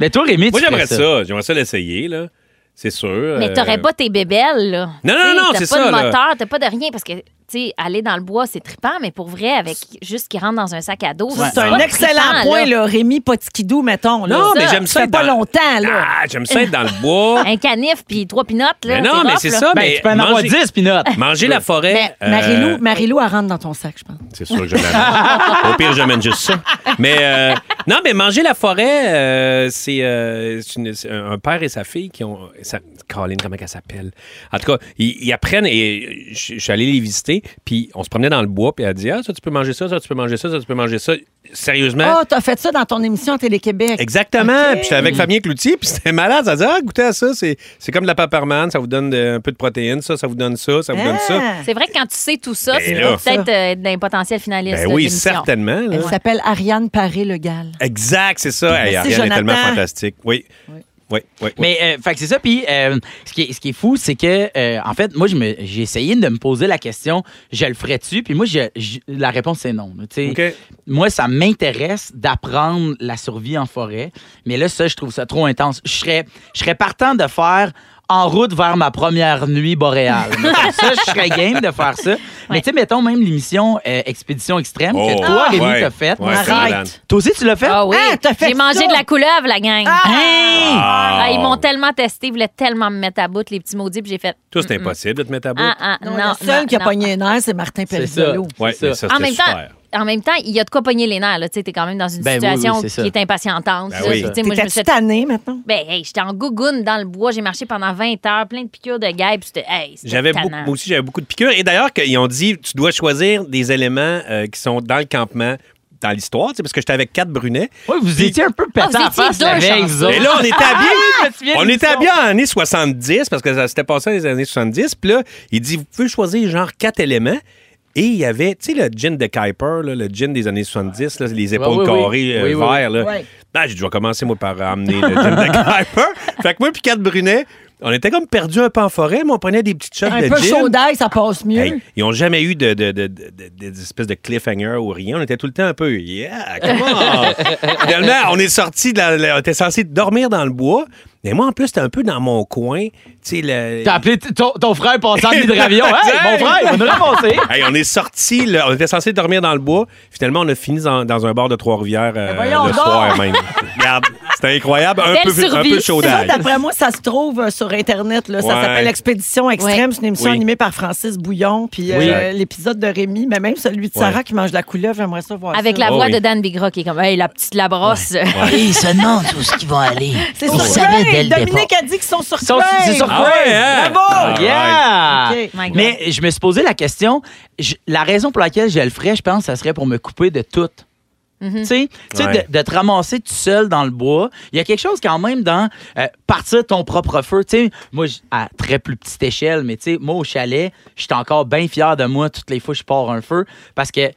Mais toi, Rémi, tu
Moi, j'aimerais
ferais
ça. J'aimerais ça l'essayer, là. C'est sûr.
Mais t'aurais
euh,
pas tes bébelles, là.
Non, non,
Tu sais,
non,
t'as
c'est
pas
ça,
de
là.
moteur, t'as pas de rien, parce que tu sais, aller dans le bois, c'est trippant, mais pour vrai, avec juste qui rentre dans un sac à dos,
C'est un
pas
excellent
trippant,
point,
là.
là. Rémi Potiquidou, mettons. là.
Non, mais j'aime ça
fait
être
pas
dans-
longtemps, là.
Ah, j'aime ça être dans le bois.
Un canif puis trois pinottes, là.
Mais non, mais
rough,
c'est
là.
ça.
Ben,
mais
tu peux en avoir
manger-
10, Pinot.
Manger la forêt.
Mais Marilou,
euh,
Marilou, Eh, elle rentre dans ton sac, je pense.
C'est sûr que je l'amène. Au pire, j'amène juste ça. Mais euh, non, mais manger la forêt, euh, c'est euh, c'est une- c'est un père et sa fille qui ont. Ça, Colin, comment qu'elle s'appelle? En tout cas, ils, ils apprennent et je je suis allé les visiter, puis on se promenait dans le bois, puis elle dit Ah, ça, tu peux manger ça, ça, tu peux manger ça, ça, tu peux manger ça. Sérieusement?
Oh, t'as fait ça dans ton émission à Télé-Québec.
Exactement.
Ok.
Puis j'étais avec Fabien Cloutier, puis c'était malade. Ça disait, ah, goûtez à ça, c'est c'est comme de la paparman, ça vous donne de- un peu de protéines, ça, ça vous donne ça, ça vous donne ça.
Ah.
C'est vrai que quand tu sais tout ça,
Ben
c'est
là.
peut-être euh, être d'un potentiel finaliste.
Ben
là,
oui,
d'émission.
certainement. là.
Elle s'appelle Ariane Paré-Legal.
Exact, c'est ça. Hey,
Merci,
Ariane est
Jonathan.
tellement fantastique. Oui.
Oui.
Oui, oui. oui.
Mais euh, fait que c'est ça. Puis euh, ce, qui est, ce qui est fou, c'est que, euh, en fait, moi, je me- j'ai essayé de me poser la question, je le ferais-tu? Puis moi, je, je- la réponse, c'est non. là, tu sais.
OK.
Moi, ça m'intéresse d'apprendre la survie en forêt. Mais là, ça, je trouve ça trop intense. Je serais, je serais partant de faire en route vers ma première nuit boréale. Mettons, ça, je serais game de faire ça. Mais tu sais, mettons même l'émission euh, Expédition Extrême
Oh,
que toi, Rémi,
ouais,
t'as faite.
ouais, c'est malade.
Toi aussi, tu l'as fait? Hein?
Ah oui.
Ah, t'as fait
J'ai mangé
ça?
de la couleuvre, la gang.
Hey!
Ah, ils m'ont tellement testé, ils voulaient tellement me mettre à bout, les petits maudits, puis j'ai fait.
Toi, c'est impossible de te mettre à bout.
Ah, ah, non,
Non, la seule
non,
qui a
non.
pogné un air, c'est Martin
C'est ça.
Pellizzolo.
Oui,
c'est
mais
ça.
ça,
En
c'était
même, temps,
super.
en même temps, il y a de quoi pogner les nerfs. là. Tu es quand même dans une
Ben oui, oui,
situation
c'est ça.
qui est impatientante.
Ben
là.
oui.
Tu sais, Moi, je me
T'es-tu
suis
tanné, maintenant?
Ben, hey, j'étais en gougoune dans le bois, j'ai marché pendant 20 heures, plein de piqûres de guêpes. puis c'était- Hey, c'était
J'avais beaucoup,
tannant.
moi aussi, j'avais beaucoup de piqûres. Et d'ailleurs, qu'ils ont dit, tu dois choisir des éléments euh, qui sont dans le campement, dans l'histoire, tu sais, parce que j'étais avec quatre brunets.
Oui, vous
Puis-
étiez un peu pétant
Ah, vous
en
étiez
face
deux
la veille,
chanceux.
vous autres.
Et là, on était
Ah, je me
habillés.
souviens
on
de
était
ça.
habillés en années 70, parce que ça s'était passé dans les années 70. Puis là, il dit, vous pouvez choisir genre quatre éléments. Et il y avait, tu sais, le gin de Kuiper, là, le gin des années 70, là, les épaules
oui, oui.
carrées, euh,
Oui, oui, oui.
verts. là.
Ouais.
Ah, j'ai dit, je vais commencer, moi, par amener le gin de Kuiper. fait que moi, puis quatre brunets, on était comme perdus un peu en forêt, mais on prenait des petites shots
Un
de
peu
gin.
chaud d'ail, ça passe mieux.
Hey, ils n'ont jamais eu de, de, de, de- de- d'espèce de cliffhanger ou rien. On était tout le temps un peu Yeah, come on! Finalement, on est sorti de la, la- On était censé dormir dans le bois. Mais moi, en plus, c'était un peu dans mon coin. Tu sais, le.
T'as appelé t- ton, ton frère passant de l'hydravion. Hey, mon frère, il va nous ramasser.
Hey, on est sorti, là, on était censé dormir dans le bois. Finalement, on a fini dans, dans un bar de Trois-Rivières euh,
voyons
le
donc!
soir même. Regarde, c'était incroyable. Un
Belle
peu, un
survie.
peu chaud
Ça,
d'ail.
d'après moi, ça se trouve euh, sur Internet. Là. Ça
Ouais.
s'appelle Expédition Extrême. C'est une émission
Oui.
animée par Francis Bouillon. Puis euh,
Oui.
l'épisode de Rémi, mais même celui de Sarah
Ouais.
qui mange de la couleuvre, j'aimerais ça voir
Avec
ça.
la
Oh
voix
oui.
de Dan Bigra qui est comme Hey, la petite la brosse.
Et ils se demandent où ce qu'ils vont aller.
C'est
On
sur
savait dès
Crave.
le
Dominique a dit qu'ils sont sur
Ils sont- C'est
Crave.
sur
Oh. Ah ouais, hein?
Bravo!
Ah
yeah!
ouais. OK.
My God.
Mais je me suis posé la question. je- la raison pour laquelle je le ferais, je pense, ça serait pour me couper de tout. Tu sais, tu sais,
Mm-hmm. Ouais.
de, de te ramasser tout seul dans le bois. Il y a quelque chose quand même dans euh, partir de ton propre feu. Tu sais, moi, j- à très plus petite échelle, mais tu sais, moi, au chalet, je suis encore bien fier de moi toutes les fois que je pars un feu parce que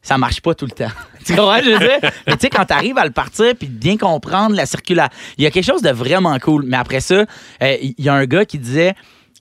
ça marche pas tout le temps. tu comprends, ce que je veux dire? Mais tu sais, quand t'arrives à le partir puis de bien comprendre la circulation, il y a quelque chose de vraiment cool. Mais après ça, euh, il y a un gars qui disait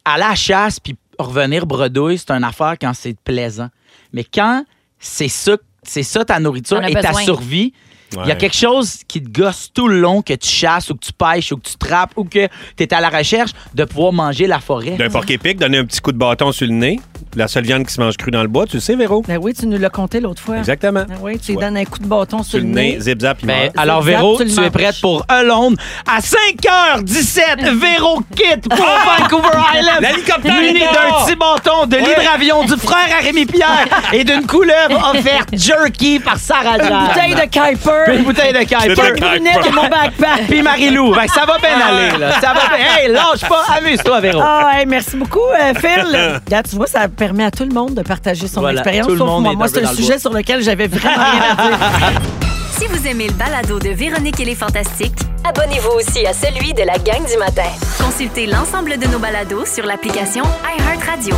aller à la chasse puis revenir bredouille, c'est une affaire quand c'est plaisant. Mais quand c'est ça, c'est ça ta nourriture
On a
et ta
besoin.
survie, il y a
Ouais.
quelque chose qui te gosse tout le long que tu chasses ou que tu pêches ou que tu trappes ou que tu es à la recherche de pouvoir manger la forêt.
D'un porc épic, donner un petit coup de bâton sur le nez. La seule viande qui se mange crue dans le bois, tu le sais, Véro?
Ben oui, tu nous l'as compté l'autre fois.
Exactement.
Ah oui, tu lui
Ouais.
donnes un coup de bâton sur,
Sur le nez, zip-zap, il
Ben,
meurt.
alors,
C'est
Véro, tu
absolument
es prête pour Alone à 5h17. Véro quitte pour
Ah!
Vancouver Island.
L'hélicoptère
Muni
est là.
d'un petit bâton, de l'hydravion, du frère à Rémi Pierre et d'une couleuvre offerte jerky par Sarah
Une
Jane.
bouteille de Kuiper.
Une bouteille de
Une
Kuiper.
bouteille de
Brunette et mon backpack.
Puis Marie-Lou. Fait que ça va bien aller. Là. Ça va bien. Hey, lâche pas. Amuse-toi, Véro.
Ah, hey, merci beaucoup, euh, Phil. Regarde, tu vois, ça permet à tout le monde de partager son
Voilà,
expérience.
tout le
sauf
monde
moi,
est
moi
un peu
c'est
dans
un
le
sujet sur lequel j'avais vraiment rien à dire.
Si vous aimez le balado de Véronique et les Fantastiques,
Abonnez-vous aussi à celui de la gang du matin.
consultez l'ensemble de nos balados sur l'application iHeartRadio.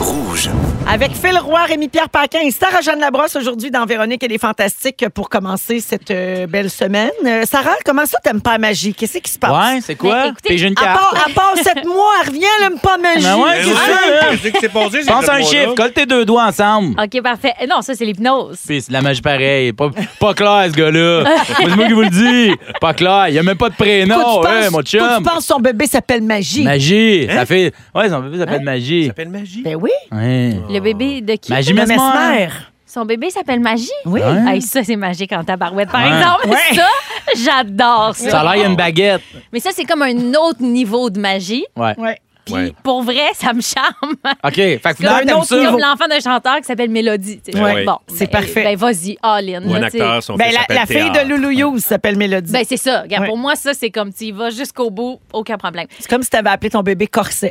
Rouge.
Avec Phil Roy, Rémi-Pierre Paquin et Sarah Jeanne Labrosse aujourd'hui dans Véronique et les Fantastiques pour commencer cette euh, belle semaine. Euh, Sarah, comment ça t'aimes pas la magie? Qu'est-ce qui se passe?
Ouais, c'est quoi?
Mais écoutez,
Pige une
Ben, À
carte.
part, à part sept mois, elle revient, elle aime pas la magie.
Ben ouais, c'est
Véro,
ça, là.
qu'est-ce qui s'est passé, ces
Pense à un
quatre mois-là?
chiffre. Colle tes deux doigts ensemble.
OK, parfait. Non, ça, c'est l'hypnose.
Puis c'est de la magie pareille. Pas, pas clair, ce gars-là. Moi, C'est moi qui vous le dis. Pas clair. Il n'y a même pas de
Toi,
prénom,
tu
hein,
penses,
mon
toi, tu
chum.
penses son bébé s'appelle Magie.
Magie. Ça fait. Ouais, son bébé s'appelle
Hein?
Magie.
s'appelle Magie.
Ben oui.
Ouais.
Oh.
Le le bébé de
Ben,
qui?
Magie
De
Mesmer.
Mesmer.
Son bébé s'appelle Magie?
Oui.
Ouais.
Hey, ça, c'est magique en tabarouette, par
Ouais.
exemple. Ça, j'adore ça.
Ça a l'air, il y a une baguette.
Mais ça, c'est comme un autre niveau de magie.
Ouais.
Ouais.
Puis,
Ouais.
pour vrai, ça me charme.
OK. Fait que
C'est
finalement,
comme,
t'aimes ça.
comme l'enfant d'un chanteur qui s'appelle Mélodie. tu sais.
Ouais.
Bon,
C'est
ben,
parfait.
Ben, vas-y, all in.
Ou un
là, tu sais.
acteur, son
Ben,
fils
la,
s'appelle
la fille
Théâtre.
de Loulou Hughes s'appelle Mélodie.
Ben, c'est ça. Regarde,
Ouais.
Pour moi, ça, c'est comme tu y vas jusqu'au bout, aucun problème.
c'est comme si tu avais appelé ton bébé corset.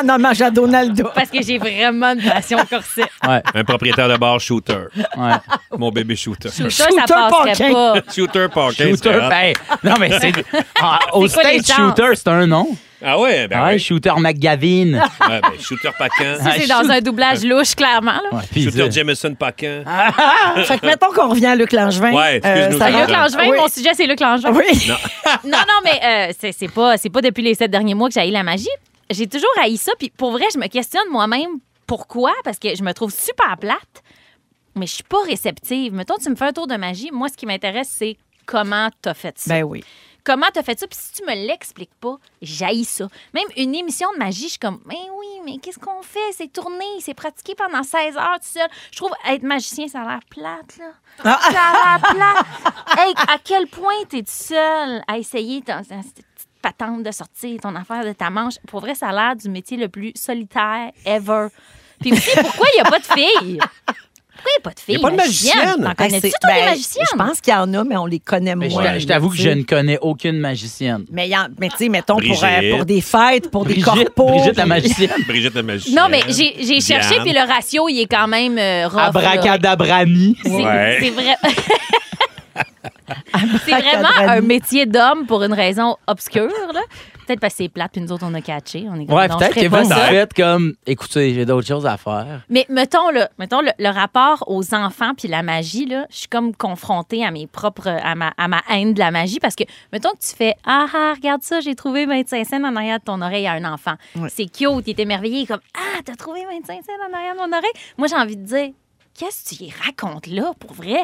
en hommage à Donaldo.
Parce que j'ai vraiment une passion au corset.
Ouais,
Un propriétaire de bar shooter.
ouais.
Mon bébé shooter.
Tout ça,
Shooter
ça passerait
Parkin.
pas.
Shooter Parker.
Shooter. ben, non, mais c'est. Ah, au
C'est quoi les
stage,
chances?
Shooter, c'est un nom.
Ah ouais, ben
ouais,
ouais.
Shooter McGavin.
Ah.
Ouais, ben, shooter Paquin.
Ça, c'est
Ah,
dans
shoot.
un doublage louche, clairement. là.
Ouais, puis,
Shooter
euh,
Jameson Paquin.
fait que mettons qu'on revient à Luc Langevin. Euh,
Ouais, excuse-nous,
ça
Sarah.
va?
Luc Ben, Langevin,
Oui.
mon sujet, c'est Luc Langevin.
Oui.
non, non, mais euh, c'est, c'est pas, c'est pas depuis les sept derniers mois que j'ai la magie. J'ai toujours haï ça. Puis pour vrai, je me questionne moi-même pourquoi, parce que je me trouve super plate, mais je suis pas réceptive. Mettons, tu me fais un tour de magie. Moi, ce qui m'intéresse, c'est comment t'as fait ça.
Ben oui.
Comment t'as fait ça? Puis si tu me l'expliques pas, j'haïs ça. Même une émission de magie, je suis comme, mais oui, mais qu'est-ce qu'on fait? C'est tourné, c'est pratiqué pendant 16 heures tout seul. Je trouve être magicien, ça a l'air plate, là. Ça a l'air plate. Hey, à quel point t'es tout seul à essayer ton, cette petite patente de sortir ton affaire de ta manche? Pour vrai, ça a l'air du métier le plus solitaire ever. Puis aussi, pourquoi il n'y a pas de filles? Pourquoi il n'y a pas de filles?
Il y a pas de magicienne.
T'en
Ben,
connais-tu,
c'est-
toi, des
ben,
magiciennes?
Je pense qu'il y en a, mais on les connaît
mais Ben, je
moins.
t'a- je t'avoue que je
Tu sais.
ne connais aucune magicienne.
Mais, y en- mais tu sais, mettons, pour, euh,
Brigitte.
pour des fêtes, pour des
Brigitte,
corpos.
Brigitte la magicienne.
Brigitte la magicienne.
Non, mais j'ai j'ai cherché,
Diane.
puis le ratio, il est quand même euh,
Ah,
rough, là.
Abracadabrani.
C'est
Ouais.
c'est vrai. c'est vraiment un métier d'homme pour une raison obscure. là. Peut-être parce que c'est plate, puis nous autres, on a catché. On est comme,
Ouais,
non,
peut-être
je ferais
que
pas
vous
ça.
faites comme, écoutez, j'ai d'autres choses à faire.
Mais mettons, là, mettons le, le rapport aux enfants puis la magie, là, je suis comme confrontée à mes propres, à ma, à ma haine de la magie parce que, mettons que tu fais Ah, ah regarde ça, j'ai trouvé 25 cents en arrière de ton oreille à un enfant. C'est cute, il est émerveillé, il est comme Ah, t'as trouvé 25 cents en arrière de mon oreille. Moi, j'ai envie de dire Qu'est-ce que tu y racontes là, pour vrai?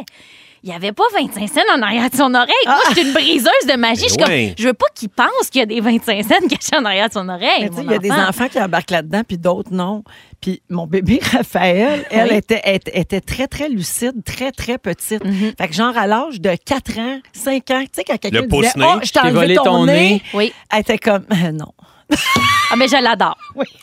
Il n'y avait pas 25 cents en arrière de son oreille. Moi, je suis
Ah!
une briseuse de magie.
Ben
Je suis comme,
ouais.
je veux pas qu'il pense qu'il y a des 25 cents cachés en arrière de son oreille.
Mais tu sais,
mon
Il y a des
enfant.
enfants qui embarquent là-dedans, puis d'autres non. Puis mon bébé Raphaël, elle était, était- était très, très lucide, très, très petite.
Mm-hmm.
Fait que genre à l'âge de 4 ans, 5 ans, tu sais, quand quelqu'un
Le
disait «
pouce-nez.
Oh, je t'ai
J'ai
enlevé
volé
ton,
ton
nez.
nez.
Oui.
elle était comme Euh, Non.
Ah, mais je l'adore.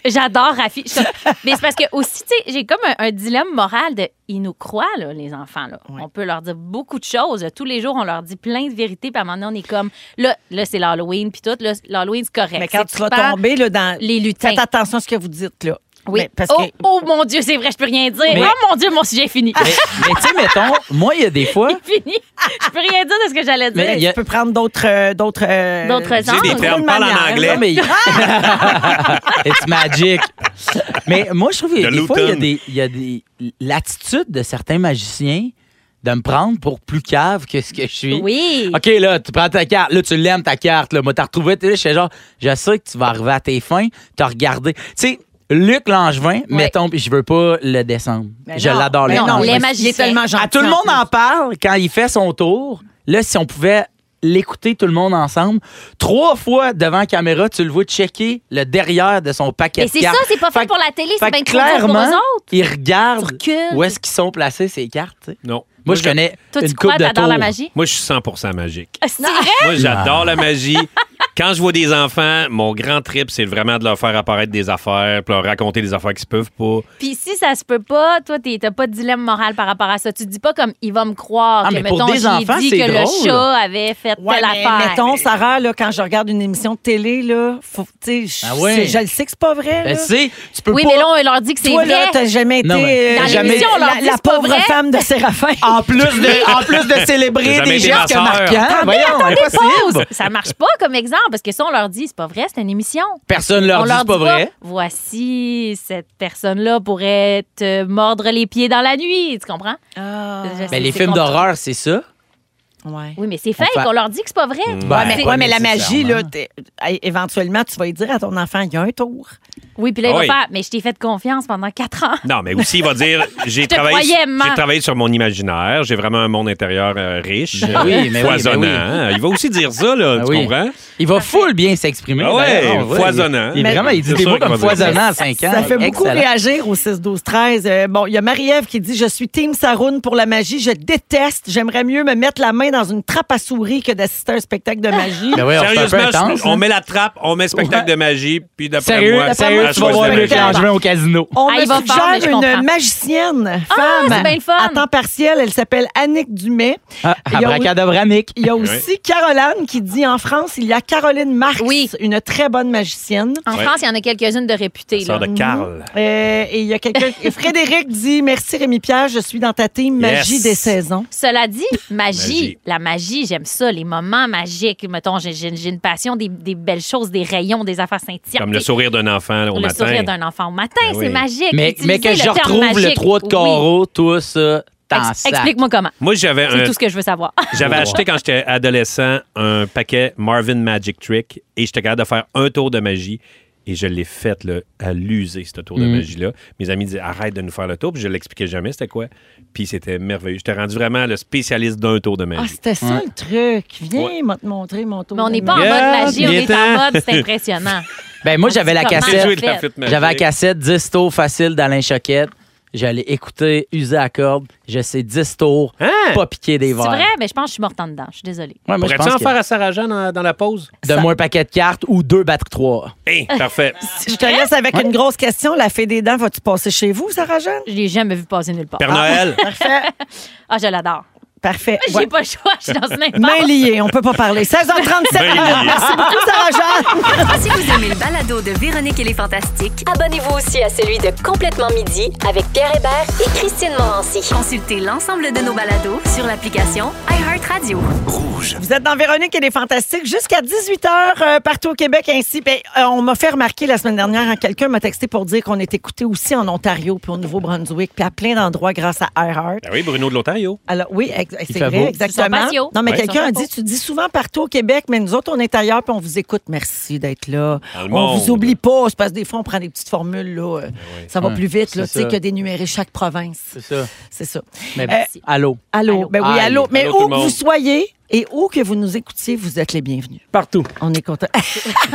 J'adore Rafi. Je suis comme- mais c'est parce que aussi, tu sais, j'ai comme un, un dilemme moral de. Ils nous croient, là, les enfants. Là. On peut leur dire beaucoup de choses. Tous les jours, on leur dit plein de vérités. Puis à un moment donné, on est comme. Là, là c'est l'Halloween. Puis tout, là, l'Halloween, c'est correct.
Mais quand
C'est
tu vas
trippant.
tomber là, dans.
les lutins.
Faites attention à ce que vous dites, là.
Oui.
Mais parce
oh,
que. Ah.
oh, mon Dieu, c'est vrai, je peux rien dire.
Mais-
Oh mon Dieu, mon sujet est fini.
Mais, mais tu sais, mettons, moi, il y a des fois,
fini. Je peux rien dire de ce que j'allais dire.
Mais il y a-
Tu peux prendre d'autres. euh, d'autres. euh,
D'autres
J'ai des
angles.
termes,
Drôle de
parle en
manière,
anglais.
Non, mais. It's magic. Mais moi, je trouve qu'il y a
De
des fois, il y a
Luton.
des. il y a des- L'attitude de certains magiciens de me prendre pour plus cave que ce que je suis.
Oui.
OK, là, tu prends ta carte. Là, tu l'aimes, ta carte. Là, moi, t'as retrouvé. T'es là, je fais genre, je sais que tu vas arriver à tes fins. T'as regardé. Tu sais, Luc Langevin, mettons, puis je veux pas le descendre.
Mais
je
non,
l'adore,
Ah! mais
Luc
Ben non,
Langevin.
les
il est
magiciens.
tellement gentil,
À Ah, tout le
en
monde
plus.
en parle quand il fait son tour. Là, si on pouvait l'écouter tout le monde ensemble, trois fois devant la caméra, tu le vois checker le derrière de son paquet
Mais
de
c'est ça,
cartes.
c'est pas fait,
Fait
pour la télé, c'est
fait
bien
que
trop dur pour
clairement,
eux autres.
Ils regardent
Tu recules.
où est-ce qu'ils sont placés ces cartes. tu sais.
Non.
Moi, je connais
Toi,
une
tu crois,
coupe de
t'adores
tours.
la magie?
Moi, je suis 100 magique.
Ah, C'est vrai?
Moi, j'adore la magie. Quand je vois des enfants, mon grand trip, c'est vraiment de leur faire apparaître des affaires, puis leur raconter des affaires qu'ils peuvent pas.
Puis si ça se peut pas, toi, t'es- t'as pas de dilemme moral par rapport à ça. Tu te dis pas comme il va me croire
Ah,
que,
mais pour
mettons,
des
j'ai
enfants,
dit
c'est
que le
drôle.
chat avait fait
Ouais,
telle
mais
affaire.
mettons, Sarah, là, quand je regarde une émission de télé, là, faut, tu sais, je-
Ah ouais.
c'est- je le sais que c'est pas vrai.
Ben,
là.
tu sais, tu peux
oui,
pas.
mais là, on leur dit que c'est
Toi, là,
vrai.
t'as jamais été
Non, mais- Ah.
euh,
Dans
jamais-
l'émission,
on leur
la,
dit
la
c'est pas
pauvre
vrai.
femme de Séraphin.
En plus de, en plus de
J'ai
célébrer
jamais
des
été ma
gestes
sœur.
marquants,
Attendez,
voyons,
attendez, pause.
impossible.
Ça marche pas comme exemple, parce que ça, on leur dit, c'est pas vrai, c'est une émission.
Personne leur
on
dit c'est pas vrai.
voici, cette personne-là pourrait te mordre les pieds dans la nuit, tu comprends?
Ah.
Je sais,
Mais Ben, les
c'est
films
contre-
d'horreur, c'est ça.
Ouais.
Oui, mais c'est fake.
On
On,
fait- Mm.
leur dit que c'est pas vrai.
Ben,
Ouais, mais,
C'est-
ouais, mais la magie,
Ben, nécessairement.
là, t'es- é- éventuellement, tu vas lui dire à ton enfant, il y a un tour.
Oui, puis là, il
Ah
Oui.
va faire, mais je t'ai fait confiance pendant quatre ans.
Non, mais aussi, il va dire j'ai
te
travaillé,
croyais, man.
j'ai travaillé sur mon imaginaire, j'ai vraiment un monde intérieur euh, riche,
Ben oui,
euh,
mais oui,
foisonnant. Hein?
ben
Il va aussi dire ça, là,
Ben
tu
oui.
comprends?
Il va full bien s'exprimer.
Ah ouais,
d'ailleurs. On
foisonnant.
voit, Il, il,
Mais-
vraiment, il dit
C'est
des
sûr
mots
qu'il
comme
va dire ça.
foisonnant à 5 ans.
Ça fait beaucoup
Excellent.
réagir au 6, 12, 13. Euh, bon, il y a Marie-Ève qui dit Je suis Team Saroune pour la magie. Je déteste. J'aimerais mieux me mettre la main dans une trappe à souris que d'assister à un spectacle de magie.
Ben ouais, on fait un peu
Sérieusement, je-
intense, hein.
on
là.
met la trappe, on met spectacle
Ouais.
de magie, puis d'après
Sérieux,
moi,
sérieux,
à
tu vas
choix
voir
de
le
magie.
changement au casino.
On
Ah,
me
il va fort, mais je
suggère
comprends.
une magicienne
Ah,
femme
c'est bien le fun.
à temps partiel. Elle s'appelle Annick Dumais.
Ah,
Il y a-
Abracadabramique.
Il y a aussi Caroline qui dit en France, il y a Caroline Marx,
Oui.
une très bonne magicienne.
En
Ouais.
France, il y en a quelques-unes de réputées.
Sœur
là.
de Carl.
Euh, et il y a quelqu'un. et Frédéric dit Merci Rémi Pierre, je suis dans ta team
Yes.
Magie des saisons.
Cela dit, magie,
Magie.
la magie, j'aime ça, les moments magiques. Mettons, j'ai- j'ai j'ai une passion des, des belles choses, des rayons, des affaires scintillantes.
Comme le sourire d'un enfant là, au
Le
matin.
sourire d'un enfant au matin,
Ben
c'est
oui.
magique.
Mais,
Utilisez
mais que
le
je
terme
retrouve le
magique.
3 de
Oui.
carreau, tout ça, euh, t'en
Ex- Explique-moi comment.
Moi, j'avais
C'est
un-
tout ce que je veux savoir.
j'avais acheté quand j'étais adolescent un paquet Marvin Magic Trick et j'étais capable de faire un tour de magie. Et je l'ai fait là, à l'user, ce tour de
Mm.
magie-là. Mes amis disaient arrête de nous faire le tour, puis je l'expliquais jamais c'était quoi. Puis c'était merveilleux. J'étais rendu vraiment le spécialiste d'un tour de
Ah,
magie.
c'était ça le truc. Viens moi te montrer mon tour.
Mais on
de
n'est pas en mode
magie.
Regarde,
magie, on
il
est
est
en
temps.
mode, c'est impressionnant.
Ben, moi, j'avais la
Comment
J'ai joué
cassette.
de la flûte magique.
J'avais la cassette 10 tours facile d'Alain Choquette. J'allais écouter, user à corde. Je sais 10 tours,
Hein?
pas piquer des
C'est
verres.
vrai, mais je pense que je suis morte en dedans. Je suis désolée.
Ouais, moi, je
Pourrais-tu
pense
en
que
faire à Sarah Jeanne dans, dans la pause?
Donne-moi un paquet de cartes ou deux batteries 3.
Hey, Eh, parfait.
Je te laisse avec une grosse question. La fée des dents, vas-tu passer chez vous, Sarah Jeanne?
Je l'ai jamais vu passer nulle part.
Père Noël,
Parfait.
Ah, je l'adore.
Parfait.
J'ai
Ouais.
pas le choix, je suis dans une impasse.
Main liée, on peut pas parler. 16h37. Merci beaucoup, Sarah Jeanne.
Ah,
Si vous aimez le
Le balado de Véronique et les Fantastiques.
Abonnez-vous aussi à celui de Complètement Midi avec Pierre Hébert et Christine Morancy.
Consultez l'ensemble de nos balados sur l'application iHeartRadio.
Vous êtes dans Véronique et les Fantastiques jusqu'à 18h partout au Québec ainsi. Ben, euh, on m'a fait remarquer la semaine dernière, hein, quelqu'un m'a texté pour dire qu'on est écouté aussi en Ontario, puis au Nouveau-Brunswick, puis à plein d'endroits grâce à iHeart.
Ben oui, Bruno de l'Ontario.
Alors oui, ex- c'est
fait
vrai,
beau.
Sur son
exactement.
patio.
Non, mais
Ouais.
quelqu'un a
Sur son
dit, tu dis souvent partout au Québec, mais nous autres, on est ailleurs, puis on vous écoute. Merci d'être là.
Dans le
On vous
monde.
oublie pas, c'est parce que des fois, on prend des petites formules, là. euh, Ça va
Ouais,
plus vite, là, tu
Ben Hum. c'est
sais,
ça.
que d'énumérer chaque province.
C'est ça.
C'est ça.
Mais
Euh,
allô.
Allô.
Allô.
Ben
Aïe.
oui, allô. Mais
Allô, tout
où
le
que
monde.
vous soyez et où que vous nous écoutiez, vous êtes les bienvenus.
Partout.
On est content.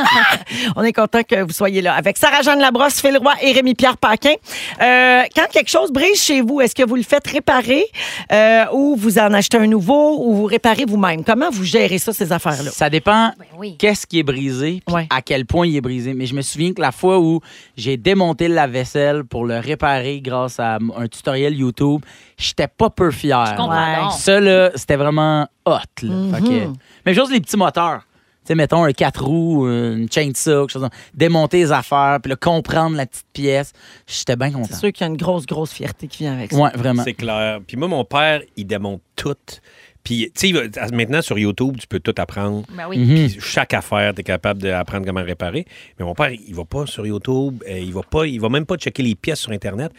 On est content que vous soyez là. Avec Sarah-Jeanne Labrosse, Phil Roy et Rémi-Pierre Paquin. Euh, quand quelque chose brise chez vous, est-ce que vous le faites réparer euh, ou vous en achetez un nouveau ou vous réparez vous-même? Comment vous gérez ça, ces affaires-là?
Ça dépend
Ben oui.
qu'est-ce qui est brisé, puis
Ouais.
à quel point il est brisé. Mais je me souviens que la fois où j'ai démonté la vaisselle pour le réparer grâce à m- un tutoriel YouTube, j'étais pas peu fier.
Je comprends
Ouais. Mm-hmm.
donc.
Ça, là, c'était vraiment hot. Là. Fait que- Même chose, les petits moteurs. Tu sais, mettons un 4 roues, une chainsaw, quelque chose comme ça. Démonter les affaires, puis là, comprendre la petite pièce. J'étais bien content.
C'est sûr qu'il y a une grosse, grosse fierté qui vient avec ça.
Ouais, vraiment.
C'est clair. Puis moi, mon père, il démonte tout. Puis, tu sais, il va- maintenant, sur YouTube, tu peux tout apprendre.
Ben oui.
Mhm. Puis chaque affaire, tu es capable d'apprendre comment réparer. Mais mon père, il va pas sur YouTube, euh, il va pas, il va même pas checker les pièces sur Internet.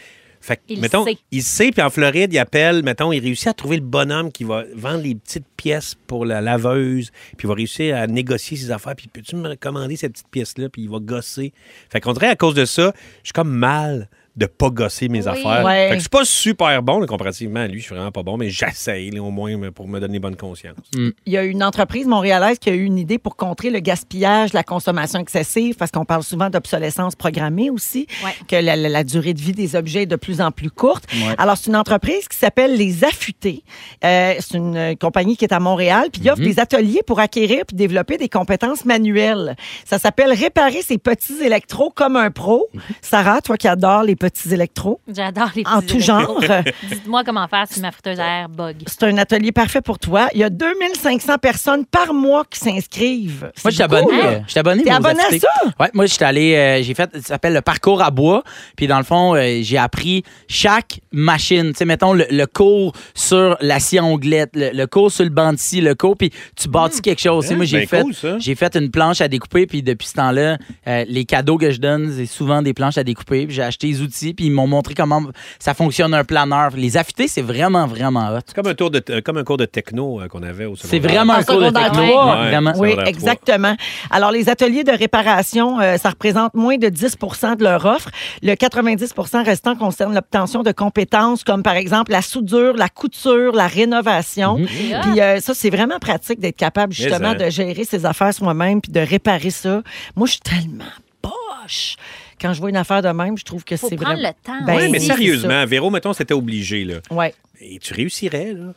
Fait que,
Il
mettons,
sait.
il sait, puis en Floride, il appelle, mettons, il réussit à trouver le bonhomme qui va vendre les petites pièces pour la laveuse, puis il va réussir à négocier ses affaires, puis peux-tu me commander cette petite pièce-là, puis il va gosser. Fait qu'on dirait, à cause de ça, je suis comme mal de pas gosser mes
Oui.
affaires.
Ouais.
Fait que je suis pas super bon, là, comparativement à lui, je suis vraiment pas bon, mais j'essaye, là, au moins, pour me donner bonne conscience.
Il y a une entreprise montréalaise qui a eu une idée pour contrer le gaspillage, la consommation excessive, parce qu'on parle souvent d'obsolescence programmée aussi,
Ouais.
que la, la- la durée de vie des objets est de plus en plus courte. Alors, c'est une entreprise qui s'appelle Les Affûtés. Euh, c'est une euh, compagnie qui est à Montréal, puis il offre des ateliers pour acquérir puis développer des compétences manuelles. Ça s'appelle Réparer ses petits électros comme un pro. Sarah, toi qui adore les petits électros,
J'adore les
en
petits
tout
électros.
genre. euh,
Dites-moi comment faire si ma friteuse à air bug.
C'est un atelier parfait pour toi. Il y a 2500 personnes par mois qui s'inscrivent.
Moi,
C'est
je suis abonné.
beaucoup,
euh,
là.
Je suis abonné.
T'es
moi, aux
abonné à
activités.
ça?
Ouais, moi, je suis allé. euh, j'ai fait. Ça s'appelle le parcours à bois. Puis, dans le fond, euh, j'ai appris chaque machine. Tu sais, mettons le, le cours sur la scie à onglette, le, le cours sur le banc de scie, le cours. Puis, tu bâtis
Hmm.
quelque chose. Tu sais,
Hein,
moi, j'ai
ben
fait.
cool, ça.
j'ai fait une planche à découper. Puis, depuis ce temps-là, euh, les cadeaux que je donne, c'est souvent des planches à découper. Puis, j'ai acheté des outils outils, puis ils m'ont montré comment ça fonctionne un planeur. Les affûtés, c'est vraiment, vraiment hot.
C'est comme un, tour de, euh, comme un cours de techno euh, qu'on avait au
C'est
secondaire.
vraiment
En
un cours de
secondaire
techno.
trois.
ouais, vraiment.
Oui,
secondaire trois.
exactement. Alors, les ateliers de réparation, euh, ça représente moins de 10 de leur offre. Le 90 restant concerne l'obtention de compétences comme, par exemple, la soudure, la couture, la rénovation. Puis euh, ça, c'est vraiment pratique d'être capable, justement,
Mais, hein.
de gérer ses affaires soi-même puis de réparer ça. Moi, je suis tellement poche. Quand je vois une affaire de même, je trouve que
Faut
c'est
prendre
vraiment...
le temps
Ben,
Oui, mais
c'est ça.
sérieusement, Véro, mettons, c'était obligé, là.
Ouais,
Et tu réussirais, là.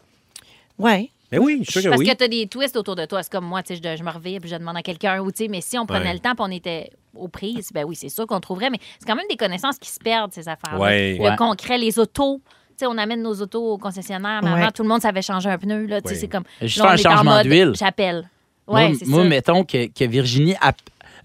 ouais.
Mais oui, je suis sûr que
Parce
oui.
que t'as des twists autour de toi. C'est comme moi, tu sais, je, je me reviens puis je demande à quelqu'un où, tu sais, mais si on prenait
Ouais.
le temps puis on était aux prises, ben oui, c'est sûr qu'on trouverait, mais c'est quand même des connaissances qui se perdent, ces affaires
Ouais.
Le
Ouais.
concret, les autos. Tu sais, on amène nos autos au concessionnaire, mais
Ouais.
avant, tout le monde savait changer un pneu. Là, Tu sais,
Ouais.
c'est comme.
Juste
là, on
faire un
est en
changement
mode,
d'huile.
J'appelle. Ouais,
moi,
c'est
moi,
ça.
mettons que, que Virginie. a-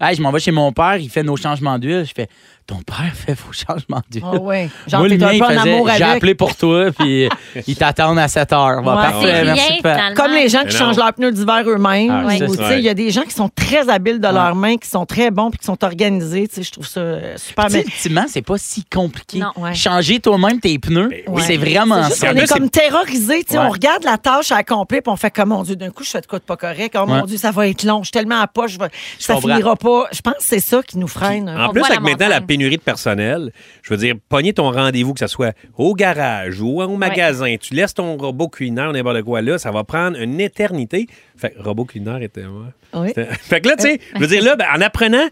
Hey, je m'en vais chez mon père, il fait nos changements d'huile. Je fais Ton père fait vos changements d'huile.
Oh, ouais. Genre,
Moi, le
t'es
mien,
un peu
il
en
faisait,
amour
J'ai
avec.
appelé pour toi, puis ils t'attendent à 7 heures. Bon,
Ouais.
C'est
parfait,
rien,
merci. père.
finalement.
Comme les gens qui
Mais non.
changent leurs pneus d'hiver eux-mêmes.
Ah,
ou,
ouais,
tu
c'est
sais,
ça.
Il y a des gens qui sont très habiles de leurs mains, qui sont très bons puis qui sont organisés. Tu sais, Je trouve ça euh, super.
Tu sais,
Mais
Ultimement, c'est pas si compliqué.
Non,
ouais.
Changer toi-même tes pneus,
oui.
c'est vraiment
juste,
ça.
on
Il y en a,
est
c'est-
comme terrorisés. tu sais,
Ouais.
On regarde la tâche à accomplir puis on fait comme, mon Dieu, d'un coup, je fais de quoi de pas correct. Oh mon
Ouais.
Dieu, ça va être long. Je suis tellement à pas, je vais- ça
comprends.
finira pas. Je pense que c'est ça qui nous freine. hein.
En
On
plus,
voit la
avec maintenant la
montagne.
pénurie de personnel, je veux dire, pogner ton rendez-vous, que ce soit au garage ou au magasin, tu laisses ton robot culinaire, n'importe quoi là, ça va prendre une éternité. Fait que robot culinaire était. ouais.
Oui.
C'était- Fait que là, tu sais, je veux dire, là, ben, en apprenant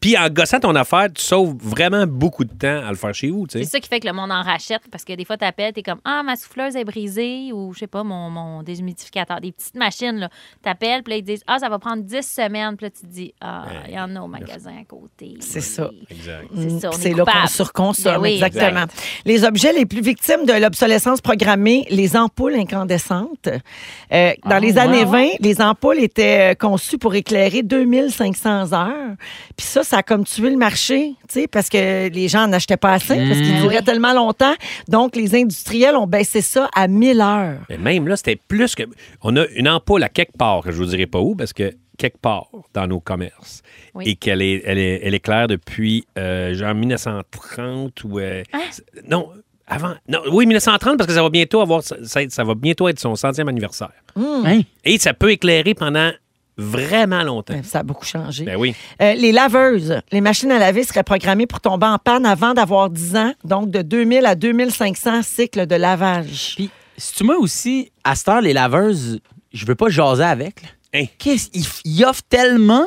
puis en gossant ton affaire, tu sauves vraiment beaucoup de temps à le faire chez vous, tu
C'est
sais.
ça qui fait que le monde en rachète parce que des fois, t'appelles, t'es comme Ah, ma souffleuse est brisée ou je sais pas, mon, mon déshumidificateur, des petites machines. là. T'appelles, puis là, ils disent Ah, ça va prendre 10 semaines. Puis là, tu te dis Ah, il y en a au magasin à côté.
C'est ça. Mm,
Exact.
C'est ça, on est
C'est là qu'on
coupable.
surconsomme,
Ben oui,
exactement. Les objets les plus victimes de l'obsolescence programmée, les ampoules incandescentes. Euh, dans
Ah,
les
ouais.
années 20, les ampoules étaient euh, conçues pour éclairer 2500 heures. Puis ça, ça a comme tué le marché, tu sais, parce que les gens n'achetaient pas assez, parce qu'ils
Ben
duraient
oui.
tellement longtemps. Donc, les industriels ont baissé ça à 1000 heures.
Mais même là, c'était plus que. On a une ampoule à quelque part, que je vous dirai pas où, parce que quelque part dans nos commerces.
Oui.
Et qu'elle est, elle est, elle est claire depuis euh, genre 1930 ou. euh,
Hein?
c'est- Non, avant. Non, oui, 1930, parce que ça va bientôt avoir. Ça, ça va bientôt être son centième anniversaire.
Hein?
Et ça peut éclairer pendant vraiment longtemps.
Ça a beaucoup changé.
Ben oui.
Euh, les laveuses, les machines à laver seraient programmées pour tomber en panne avant d'avoir 10 ans, donc de 2000 à 2500 cycles de lavage.
Puis, si tu m'as aussi, à cette heure, les laveuses, je veux pas jaser avec. là.
Hein?
Qu'est-ce ils, f- ils offrent tellement.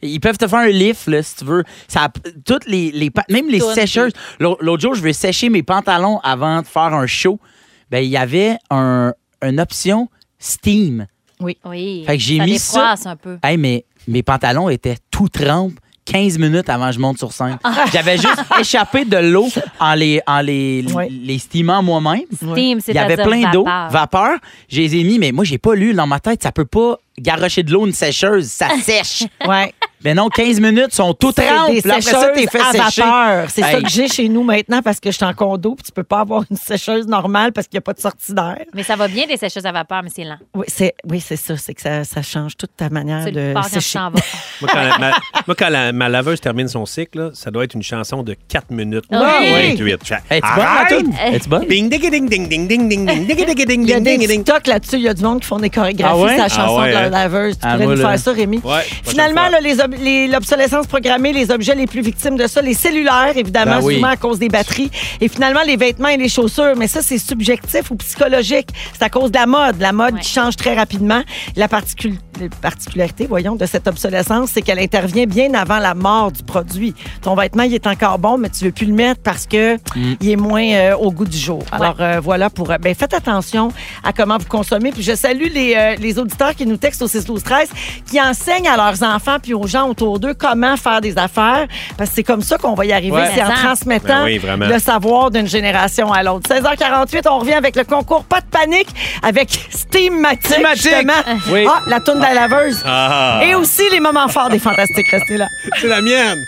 Ils peuvent te faire un lift, là, si tu veux. Ça, a- toutes les, les pa- même les
Tourne.
sécheuses. L'au- L'autre jour, je vais sécher mes pantalons avant de faire un show. Ben, il y avait un, une option steam.
Ben Oui.
Fait que j'ai mis ça.
défroisse un peu.
Hey, mais mes pantalons étaient tout trempes 15 minutes avant que je monte sur scène.
Ah.
J'avais juste échappé de l'eau en les, en les,
Ouais.
les steamant moi-même.
Steam,
Il y avait
c'est-à-dire
plein d'eau,
vapeur.
vapeur. Je les ai mis, mais moi, j'ai pas lu dans ma tête. Ça peut pas garrocher de l'eau une sécheuse. Ça sèche.
Ouais.
mais non, 15 minutes sont toutes
C'est
trempes.
des
Puis après ça, t'es
sécheuses
fait
à
sécher.
vapeur. C'est ça
Hey.
que j'ai chez nous maintenant parce que je suis en condo puis tu peux pas avoir une sécheuse normale parce qu'il n'y a pas de sortie d'air.
Mais ça va bien des sécheuses à vapeur, mais c'est lent.
Oui, c'est oui, c'est ça. C'est que ça, ça change toute ta manière
Tu
de
le pars quand tu
sécher.
t'en vas.
Moi, quand, la- ma, moi, quand la- ma laveuse termine son cycle, là, ça doit être une chanson de 4 minutes
Ah
Ouais.
28.
Hey, tu bonne, ma
Arrête!
toune? Es-tu bonne?
Ding, ding, ding, ding, ding, ding, ding, ding, ding, ding, ding,
Euh, Il y a
ding,
des
ding, ding.
TikTok là-dessus. Il y a du monde qui font des chorégraphies
Ah ouais?
sur la
Ah
chanson
ouais,
de leur
hein?
laveuse. Tu
Ah,
pourrais
moi,
nous
là.
faire ça, Rémi?
Ouais,
Finalement,
prochaine
là, les ob- les- l'obsolescence programmée, les objets les plus victimes de ça, les cellulaires, évidemment,
Ben oui.
souvent à cause des batteries. Et finalement, les vêtements et les chaussures. Mais ça, c'est subjectif ou psychologique. C'est à cause de la mode. La mode
Ouais.
qui change très rapidement. La particul- la particularité, voyons, de cette obsolescence, c'est qu'elle intervient bien avant la mort du produit. Ton vêtement, il est encore bon, mais tu veux plus le mettre parce que il est moins euh, au goût du jour. Alors, euh, voilà pour... euh, ben, faites attention à comment vous consommez. Puis je salue les, euh, les auditeurs qui nous textent au 6 12 13 qui enseignent à leurs enfants puis aux gens autour d'eux comment faire des affaires parce que c'est comme ça qu'on va y arriver.
Ouais.
C'est en
Mais ça.
transmettant
Ben oui, vraiment.
le savoir d'une génération à l'autre. 16h48, on revient avec le concours Pas de panique avec Steam Matic,
Steamatic.
justement.
Oui.
Ah, la tourne de la laveuse.
Ah,
Et aussi les moments forts des Fantastiques. Restez là.
c'est la mienne.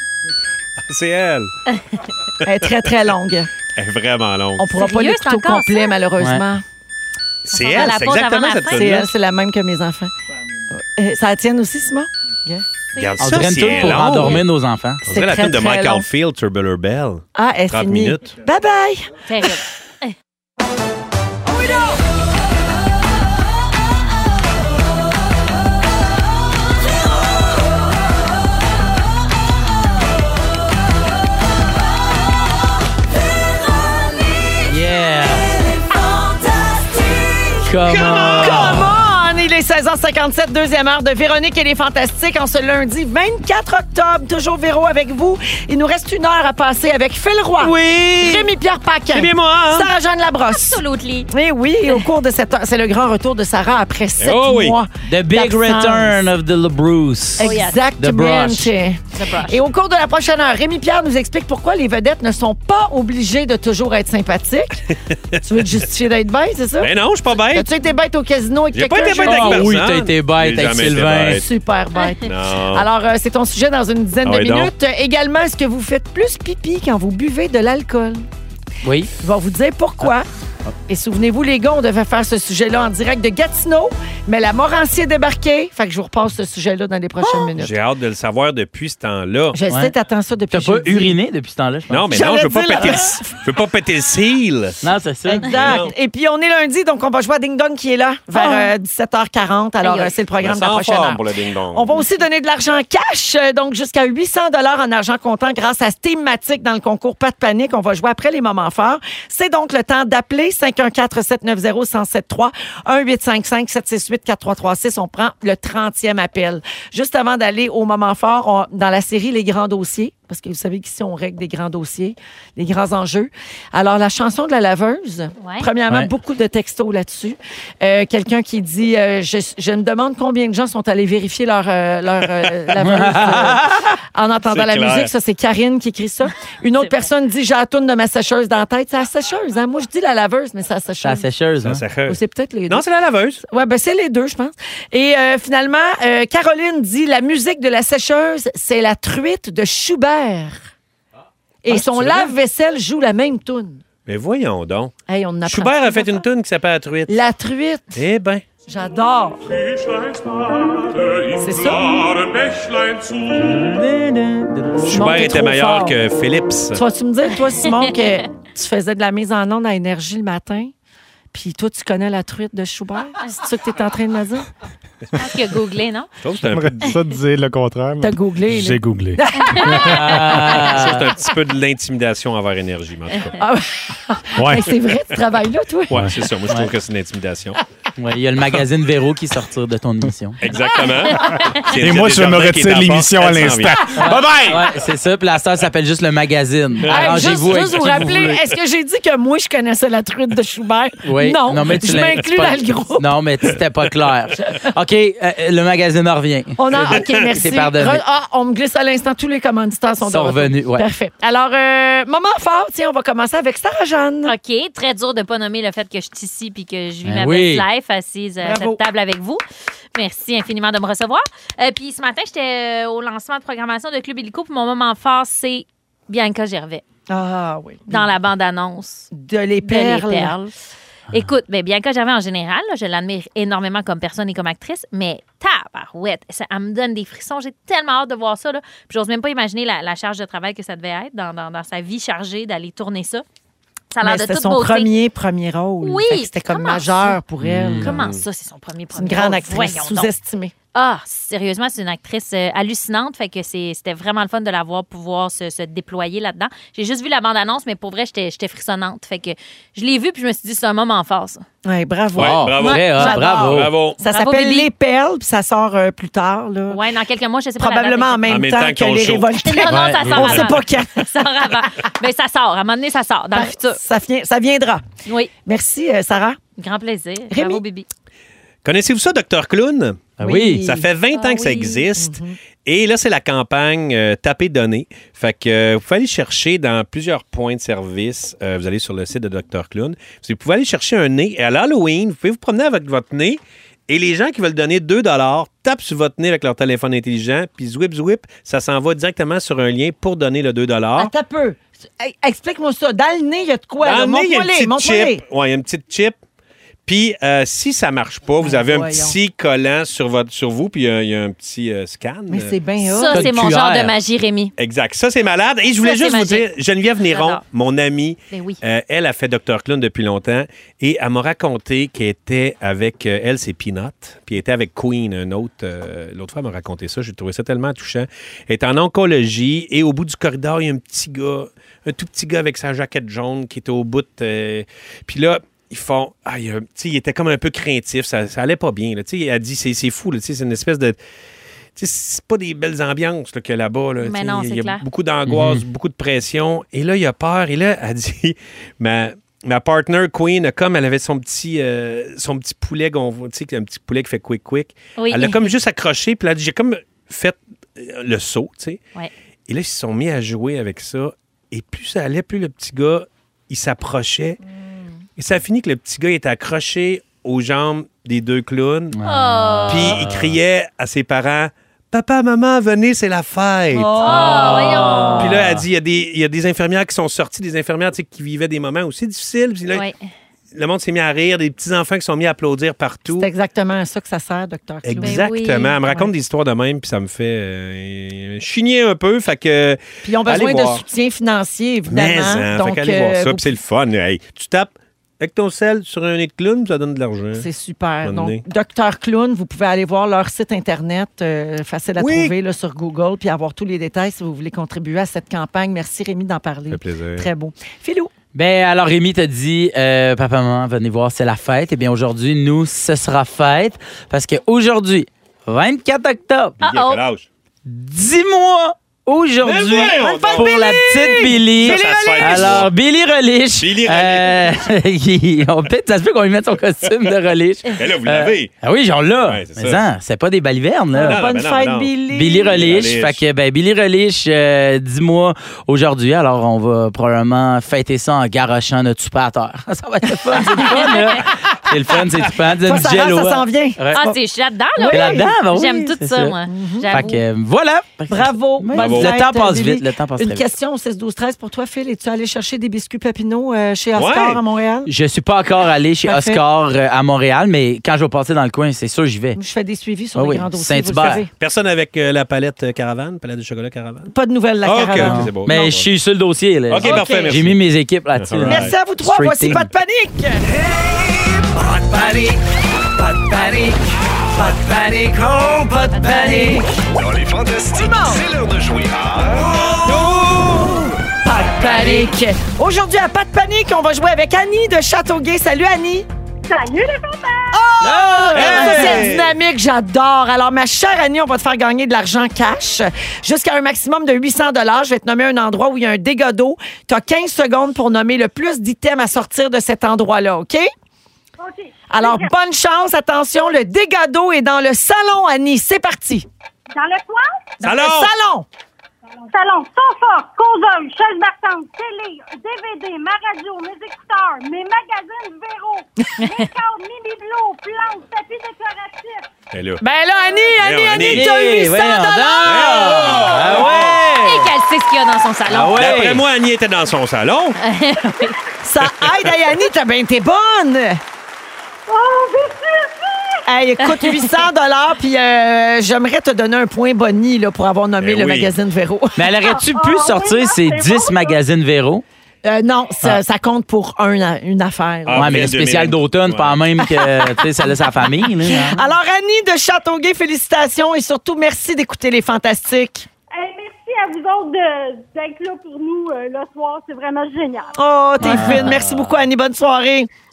C'est elle.
Elle est très, très longue.
Elle est vraiment longue.
On pourra pas
Sérieux,
l'écouter
c'est
au
encore
complet,
ça?
malheureusement. euh,
C'est
On s'en va à
elle,
la
c'est
pause avant
exactement
la
cette
fin.
C'est
tune-là.
elle, c'est la même que mes enfants. Euh, Ça la tienne aussi, Simon?
Regarde
On
ça,
dirait une
c'est
tune pour
long.
endormir nos enfants.
On dirait la
très,
tune de
très
Michael
long.
Field, Tubular Bell.
Ah, elle
30
finit.
minutes.
Bye bye.
Terrible.
Yeah! Come on!
Come on! Il est 16h57, deuxième heure de Véronique et les Fantastiques en ce lundi 24 octobre. Toujours Véro avec vous. Il nous reste une heure à passer avec Phil Roy.
Oui!
Rémi-Pierre Paquin.
Rémi et moi, hein?
Sarah-Jeanne Labrosse.
Absolutely.
Mais oui, au cours de cette heure, c'est le grand retour de Sarah après sept
oh oui.
mois.
The big
d'absence.
return of the LeBruce. The
yes.
Oh, Exactement.
brush.
The brush.
Et au cours de la prochaine heure, Rémi Pierre nous explique pourquoi les vedettes ne sont pas obligées de toujours être sympathiques. tu veux te justifier d'être bête, c'est ça?
Ben non, je suis pas bête.
As-tu été bête au casino avec
J'ai pas
quelqu'un?
été bête
jeudi?
avec
Ah
personne.
oui, t'as été bête avec
J'ai jamais été
Sylvain.
bête.
Super bête.
Non.
Alors, euh, c'est ton sujet dans une dizaine
Ah
de
oui, donc.
minutes. Euh, Également, est-ce que vous faites plus pipi quand vous buvez de l'alcool?
Oui.
Je vais vous dire pourquoi. Et souvenez-vous, les gars, on devait faire ce sujet-là en direct de Gatineau, mais la Morancy est débarquée. Fait que je vous repasse ce sujet-là dans les prochaines minutes.
J'ai hâte de le savoir depuis ce temps-là.
Je
Oh! Ouais.
sais, t'attends ça depuis
T'as pas
jeudi.
uriné depuis ce temps-là, je pense.
Non, mais
J'allais
non, je veux pas
dire la-
péter le, je veux pas péter le cil.
Non, c'est ça. oh,
Exact. Et puis, on est lundi, donc on va jouer à Ding Dong qui est là vers
Ah.
euh, 17h40. Alors,
Aïe, aïe.
euh, c'est le programme de
Ça
la
en
prochaine
forme
heure.
pour le ding-dong.
On va aussi donner de l'argent en cash, euh, donc jusqu'à 800 dollars en argent comptant grâce à ce thématique dans le concours Pas de panique. On va jouer après les moments forts. C'est donc le temps d'appeler 514-790-1073, 1-855-768-4336. On prend le 30e appel. Juste avant d'aller au moment fort, on- dans la série Les grands dossiers, parce que vous savez qu'ici, on règle des grands dossiers, des grands enjeux. Alors, la chanson de la laveuse,
Ouais.
premièrement,
Ouais.
beaucoup de textos là-dessus. Euh, Quelqu'un qui dit euh, je, je me demande combien de gens sont allés vérifier leur, euh, leur euh, laveuse, euh, en entendant
C'est
la
clair.
musique. Ça, c'est Karine qui écrit ça. Une autre
C'est
personne dit J'ai la toune de ma sécheuse dans la tête. C'est la sécheuse. hein. Moi, je dis la laveuse, mais c'est la
C'est la
sécheuse.
sécheuse, hein?
Ça sert-
Ou C'est peut-être les deux.
Non, c'est la laveuse.
Ouais, ben c'est les deux, je pense. Et euh, finalement, euh, Caroline dit la musique de la sécheuse, c'est la truite de Schubert. Et son
Ah, c'est vrai?
lave-vaisselle joue la même toune.
Mais voyons donc.
Hey, on en apprend
Schubert a
des
fait une
affaires.
toune qui s'appelle La Truite.
La truite,
Eh ben.
j'adore. C'est ça.
Schubert
t'es
était
trop
meilleur
fort.
que Phillips.
Tu vas-tu me dire, toi, Simon, que tu faisais de la mise en onde à énergie le matin? Puis toi, tu connais la truite de Schubert? C'est ça que tu es en train de me dire?
Je pense qu'il a googlé, non?
Je trouve que c'est un, peu-
J'aimerais ça te dire le contraire. mais
T'as googlé, là.
J'ai googlé.
ça, c'est un petit peu de l'intimidation envers énergie, mais en tout cas.
Ouais.
Ah. Hey, c'est vrai, tu travailles là, toi?
Ouais, c'est ça. Moi, je trouve que c'est une intimidation.
Ouais, il y a le magazine Véro qui sortira de ton émission.
Exactement. C'est
Et
Elisabeth
moi, je me
Desjardins qui est
retire
en
l'émission à
porte, elle s'en
l'instant.
vient.
Bye bye!
Ouais, c'est ça. Puis la star s'appelle juste le magazine.
Hey, juste,
Arrangez-vous avec
juste vous
qui
rappeler,
voulez.
est-ce que j'ai dit que moi, je connaissais la truite de Schubert?
Oui.
Non,
tu
je
l'as-
m'inclus
c'est pas-
dans le groupe.
Non, mais c'était pas clair. OK, euh, le magazine en revient.
On a, OK, merci.
C'est pardonné.
Re- ah, on me glisse à l'instant, tous les commanditaires sont, de
Sont
retour.
revenus, ouais.
Parfait. Alors, euh, moment fort, tiens, on va commencer avec Sarah-Jeanne.
OK, très dur de ne pas nommer le fait que je suis ici puis que je vis
Ben
ma
oui.
best life assise euh, à
Bravo.
cette table avec vous. Merci infiniment de me recevoir. Euh, puis ce matin, j'étais euh, au lancement de programmation de Club Illico. Puis mon moment fort, c'est Bianca Gervais
Ah oui.
dans la bande-annonce
de les
de Les
perles.
Perles.
Ah.
Écoute, ben Bianca Gervais en général, là, je l'admire énormément comme personne et comme actrice, mais tabarouette, ça elle me donne des frissons. J'ai tellement hâte de voir ça. Là. Puis j'ose même pas imaginer la, la charge de travail que ça devait être dans, dans- dans sa vie chargée d'aller tourner ça. Ça a
Mais
l'air de
Ben, C'était
toute
son
beauté.
premier premier rôle.
Oui,
Fait que C'était comme
comment
majeur
ça?
pour elle.
Hmm.
Hmm.
Comment ça, c'est son premier
C'est une
premier
grande
rôle?
actrice
Voyons donc.
sous-estimée.
Ah, sérieusement, c'est une actrice euh, hallucinante. Fait que c'est- c'était vraiment le fun de la voir pouvoir se, se déployer là-dedans. J'ai juste vu la bande-annonce, mais pour vrai, j'étais j'étais frissonnante. Fait que je l'ai vue, puis je me suis dit, c'est un moment fort, ça.
Ouais, bravo.
Ouais,
Oh,
bravo.
vrai, hein,
J'adore.
bravo.
Bravo.
Ça
Ah. Bravo,
s'appelle
Bibi.
Les Perles, puis ça sort euh, plus tard. Là.
Ouais, dans quelques mois, je sais pas. la date
Probablement en
exacte.
même,
En même temps
temps,
qu'on
que Les
show.
Révoltés.
Non, non, ça
Ouais,
sort
On
avant.
sait pas Ben, quand.
Ça sort avant. Mais ça sort. À un moment donné, ça sort. Dans le futur.
Ça, vient- ça viendra.
Oui.
Merci, euh, Sarah.
Grand plaisir.
Rémi.
Bravo, bébé.
Connaissez-vous ça, Dr. Clown?
Ah oui. Mhm.
Ça fait 20 ans que ça existe. Et là, c'est la campagne euh, Taper Données. Fait que euh, vous pouvez aller chercher dans plusieurs points de service. Euh, vous allez sur le site de Dr. Clown. Vous pouvez aller chercher un nez. Et à l'Halloween, vous pouvez vous promener avec votre nez. Et les gens qui veulent donner 2 tapent sur votre nez avec leur téléphone intelligent. Puis zwip, zwip, ça s'en va directement sur un lien pour donner le 2
Attends un peu. Hey, Explique-moi ça. Dans le nez, il y a de quoi?
Ah. Dans
là?
le nez, Ben, il y a une
Montre-moi-les,
petite
montre-moi-les.
chip. Ouais, il y a une petite chip. Puis, euh, si ça marche pas, vous
Ah,
avez un
voyons.
petit collant sur, votre, sur vous, puis il y a- il y, a un petit euh, scan.
Mais c'est bien hot.
Ça, c'est mon genre
QR.
de magie, Rémi.
Exact. Ça, c'est malade. Et je voulais
Ça,
juste
c'est
vous dire,
magique.
Geneviève Néron,
J'adore.
mon amie,
Ben oui.
euh, elle a fait Dr. Clown depuis longtemps et elle m'a raconté qu'elle était avec, euh, elle, c'est Peanut, puis elle était avec Queen, un autre. euh, L'autre fois, elle m'a raconté ça. J'ai trouvé ça tellement touchant. Elle est en oncologie et au bout du corridor, il y a un petit gars, un tout petit gars avec sa jaquette jaune qui était au bout. euh, puis là, ils font. Ah, il, y a un- tu sais, il était comme un peu craintif, ça, ça allait pas bien. là. Tu sais, Elle a dit c'est c'est fou, là, tu sais, c'est une espèce de. tu sais, C'est pas des belles ambiances là, que là-bas. là,
Mais
tu sais,
non,
il
c'est
y a- il y a
clair.
beaucoup d'angoisse, beaucoup de pression. Et là, il a peur. Et là, elle dit ma, ma partner Queen, comme elle avait son petit, euh, son petit poulet, qu'on voit, tu sais, un petit poulet qui fait quick quick.
Oui.
Elle l'a comme juste accroché. Puis là, elle dit, j'ai comme fait euh, le saut. tu sais.
Ouais.
Et là, ils se sont mis à jouer avec ça. Et plus ça allait, plus le petit gars, il s'approchait.
Mm.
Et ça a fini que le petit gars était accroché aux jambes des deux clowns.
Oh,
Puis il criait à ses parents Papa, maman, venez, c'est la fête.
Ah.
oh, voyons.
Puis là, elle dit il y, a des- il y a des infirmières qui sont sorties, des infirmières tu sais, qui vivaient des moments aussi difficiles. Puis là,
Ouais.
le monde s'est mis à rire, des petits-enfants qui sont mis à applaudir partout.
C'est exactement à ça que ça sert, docteur. Clou.
Exact.
Exactement.
Ben oui.
Elle me raconte des histoires de même, puis ça me fait euh, chigner un peu. Fait que.
Puis ils ont besoin
Allez
de
voir.
soutien financier,
Mais,
évidemment.
hein, fait
Donc,
qu'allez voir
euh,
ça,
vous-
puis c'est le fun. Hey, tu tapes avec ton sel sur un nez de clown, ça donne de l'argent.
c'est super.
euh, Bonne
Donc,
idée.
Docteur Clown, vous pouvez aller voir leur site Internet, euh, facile à
Oui.
trouver là, sur Google, puis avoir tous les détails si vous voulez contribuer à cette campagne. Merci Rémi d'en parler.
Ça fait plaisir.
Très beau. Philou,
Ben alors Rémi t'a dit euh, papa maman venez voir c'est la fête. Eh bien aujourd'hui nous ce sera fête parce que aujourd'hui 24 octobre
Ah,
Yeah,
oh.
quel âge?
10 mois aujourd'hui
Mais voyons donc.
pour la petite Billy.
Ça, ça se fait.
Alors, Billy Relish.
Billy
euh, il- on- peut-être, ça se peut qu'on lui mette son costume de Relish.
Mais Ben là, vous
Euh,
l'avez.
ah oui, genre là.
Ouais, c'est
mais
ça.
hein, c'est pas des balivernes, là.
Non, non,
bonne
mais Ah, ben non,
fête,
mais non.
Billy.
Billy Relish.
Relish.
Fait que, ben, Billy Relish, euh, dis-moi aujourd'hui. Alors, on va probablement fêter ça en garochant notre souper à terre. Ça va être le fun, c'est le fun, là. C'est le fun, c'est le fun. C'est
Toi,
du
Sarah,
jello,
ça
hein.
s'en vient.
Ouais.
Ah, c'est je suis là-dedans, là.
T'es là-dedans, ben oui,
J'aime tout
c'est
ça,
ça.
moi.
Mhm.
Fait
J'avoue.
que, euh, voilà.
Bravo.
Oui.
Bonne
Le
fête,
temps passe
Billy.
vite. Le temps passe
Une
très vite.
question au 16-12-13 pour toi, Phil. Es-tu allé chercher des biscuits Papineau euh, chez Oscar
Ouais.
à Montréal?
Je suis pas encore allé chez
Parfait.
Oscar euh, à Montréal, mais quand je vais passer dans le coin, c'est sûr j'y vais.
Je fais des suivis sur
Ah
les
oui,
grands dossiers.
Saint-Hubert.
vous le savez.
Personne avec euh, la palette euh, caravane, palette de chocolat caravane.
Pas de nouvelles, la
Ok,
caravane.
ok, Ah, c'est beau.
Mais
Non,
je suis sur le dossier. Là.
OK, parfait, merci.
J'ai mis mes équipes là-dessus.
All right.
Merci à vous trois.
Straight
Voici
team.
pas de panique.
Pas de panique, pas de panique, pas de panique, oh, pas de panique. Dans les fantastiques, c'est l'heure de jouer
Pas de panique. Aujourd'hui, à pas de panique, on va jouer avec Annie de Châteauguay. Salut, Annie. Salut, les fantasmes. Oh! Ça, C'est dynamique, j'adore. Alors, ma chère Annie, on va te faire gagner de l'argent cash jusqu'à un maximum de 800 Je vais te nommer un endroit où il y a un dégât d'eau. Tu as 15 secondes pour nommer le plus d'items à sortir de cet endroit-là, OK? Alors, bonne chance. Attention, le dégât d'eau est dans le salon, Annie. C'est parti.
Dans le coin,
Dans
Salon.
le salon.
salon, sofa, causeur, chaise battante, télé, DVD, ma radio, mes écouteurs, mes magazines Véro, mes cadres, mes bibelots, plantes, tapis décoratifs.
Elle est là.
Ben là, Annie, Annie,
Voyons,
Annie,
Annie.
t'as
Eh,
800
voyons donc. Ah ouais!
Et qu'elle sait ce qu'il y a dans son salon.
Ah ouais!
D'après moi, Annie était dans son salon.
Ça aide, hey, Annie, t'as bien été bonne!
Oh, merci!
Hey, écoute, 800 dollars, puis euh, j'aimerais te donner un point Bonnie là, pour avoir nommé
Eh
le
oui.
magazine Véro.
Mais elle aurait-tu
Ah,
pu
ah, oui,
sortir
non,
ses
c'est
10
bon, ça.
magazines Véro?
Euh, non, ça, ça compte pour un- une affaire. là.
Ah,
ouais, mais
bien
le spécial
2000.
d'automne, pas même que tu sais, ça laisse à la famille. là. hein.
Alors, Annie de Châteauguay, félicitations et surtout, merci d'écouter Les Fantastiques.
Hey, merci à vous autres de- d'être là pour nous euh, le soir, c'est vraiment génial.
Oh, t'es fine. Merci beaucoup, Annie. Bonne soirée.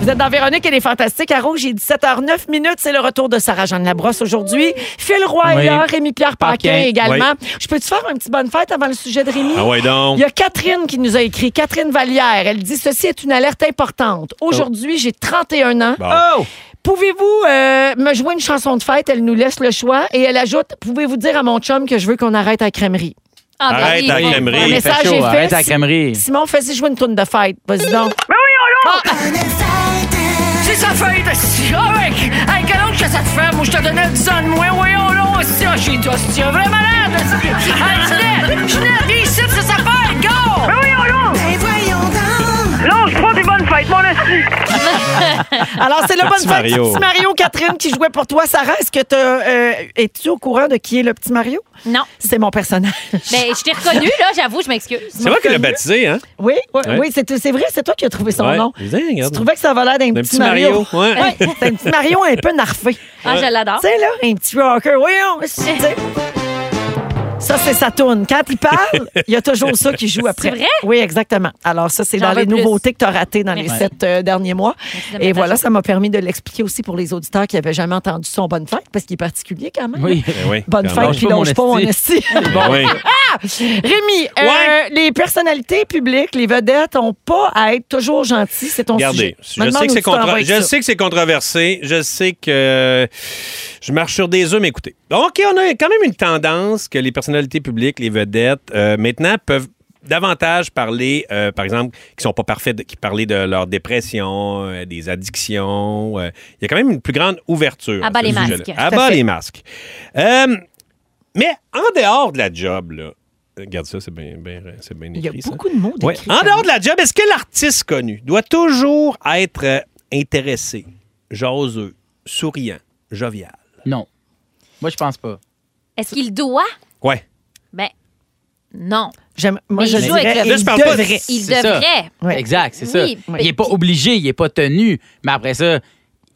Vous êtes dans Véronique et les Fantastiques à Rouge. Il est 17h09 minutes. C'est le retour de Sarah-Jeanne Labrosse aujourd'hui. Phil Roy est
Oui.
là, Rémi-Pierre Paquin,
Paquin,
également. Je peux-tu faire un petit bonne fête avant le sujet de Rémi?
Ah ouais
Il
donc.
y a Catherine qui nous a écrit, Catherine Vallière. Elle dit Ceci est une alerte importante. Aujourd'hui, j'ai 31 ans.
Bon.
Oh!
Pouvez-vous euh, me jouer une chanson de fête Elle nous laisse le choix. Et elle ajoute Pouvez-vous dire à mon chum que je veux qu'on arrête à la crèmerie
Ah, ben
Arrête
oui,
ta
oui.
crèmerie.
Un
Il fait
message
hein.
chaud,
est fait.
Arrête la crèmerie.
Simon, fais-y jouer une tourne de fête. Vas-y donc. Mais oui, on l'a
sa feuille de si avec! Hey, quel oncle que ça te fait? Moi, je te donnais 10 ans de moins. Voyons, là, aussi, ah, j'ai dit, hostie, un vrai malade! hostie. Hey, Ginette! Ginette, viens ici, c'est sa feuille! Go! Mais voyons, là! Ben, voyons donc! Là, je prends des bonnes fêtes, mon hostie!
Alors, c'est le bonne
Petit
fête
Mario.
du petit Mario, Catherine, qui jouait pour toi. Sarah, est-ce que tu es-tu au courant de qui est le petit Mario?
Non.
C'est mon personnage.
Ben, je t'ai reconnu, là, j'avoue, je m'excuse.
C'est vrai qu'il l'a baptisé, hein?
Oui, oui,
Ouais.
oui, c'est c'est vrai, c'est toi qui as trouvé son
Ouais.
nom.
Dis, regarde.
Tu trouvais que ça avait l'air d'un petit,
petit
Mario.
Mario, ouais.
Ouais, c'est un petit Mario un peu narfé.
Ah, je l'adore.
Tu sais, là, un petit rocker. Voyons, tu sais. Ça, c'est sa tourne. Quand il parle, il y a toujours ça qui joue après.
C'est vrai?
Oui, exactement. Alors, ça, c'est
J'en
dans les
veux plus.
nouveautés que tu as ratées dans les
Merci.
sept euh, derniers mois.
de
Et
mettre à
voilà,
jour.
ça m'a permis de l'expliquer aussi pour les auditeurs qui n'avaient jamais entendu son bonne fête, parce qu'il est particulier quand même.
Oui.
là.
Ben oui,
Bonne
quand
fête,
même.
puis longe pas mon esti.
Ben
Bon. Oui.
Ah! Rémi, euh, les personnalités publiques, les vedettes, n'ont pas à être toujours gentilles. C'est ton
Regardez,
sujet.
je
Me
sais
demande
que
où
c'est
tu t'en vas
contra-
avec
je
ça.
sais que c'est controversé, je sais que euh, je marche sur des œufs, mais écoutez. OK, on a quand même une tendance que les personnalités publiques, les vedettes, euh, maintenant peuvent davantage parler, euh, par exemple, qui sont pas parfaits, de- qui parlent de leur dépression, euh, des addictions. euh, Il y a quand même une plus grande ouverture.
Abat
à ce
les
sujet-là.
masques. Tout à
Abat
fait.
les masques. Euh, mais en dehors de la job, là, regarde ça, c'est bien bien- c'est bien écrit.
Il y a
ça.
beaucoup de mots
Ouais. Ah
d'écrits.
En dehors de la job, est-ce que l'artiste connu doit toujours être euh, intéressé, jaseux, souriant, jovial?
Non. Moi, je pense pas.
Est-ce qu'il doit?
Ouais.
Ben, non.
J'aime- Moi,
Mais
je
il joue
dirais,
avec le- Là, je
il
parle pas-
devrait.
Il
C'est ça.
devrait.
Ouais.
Exact, c'est
Oui,
ça.
mais-
Il n'est pas obligé, il n'est pas tenu. Mais après ça,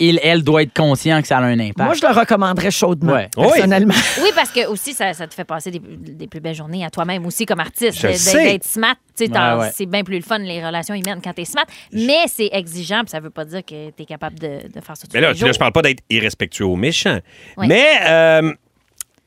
il, elle doit être conscient que ça a un impact.
Moi, je le recommanderais chaudement,
Ouais.
Oui.
personnellement.
Oui, parce que aussi, ça, ça te fait passer des, des plus belles journées à toi-même aussi comme artiste.
Je
D'être-
sais.
D'être smart, tu sais, t'en-
Ouais, ouais.
c'est bien plus le fun, les relations humaines, quand t'es smart. Mais c'est exigeant, puis ça veut pas dire que t'es capable de, de faire ça tous
Mais là,
les jours.
là, je parle pas d'être irrespectueux ou méchant.
Ouais.
Mais euh,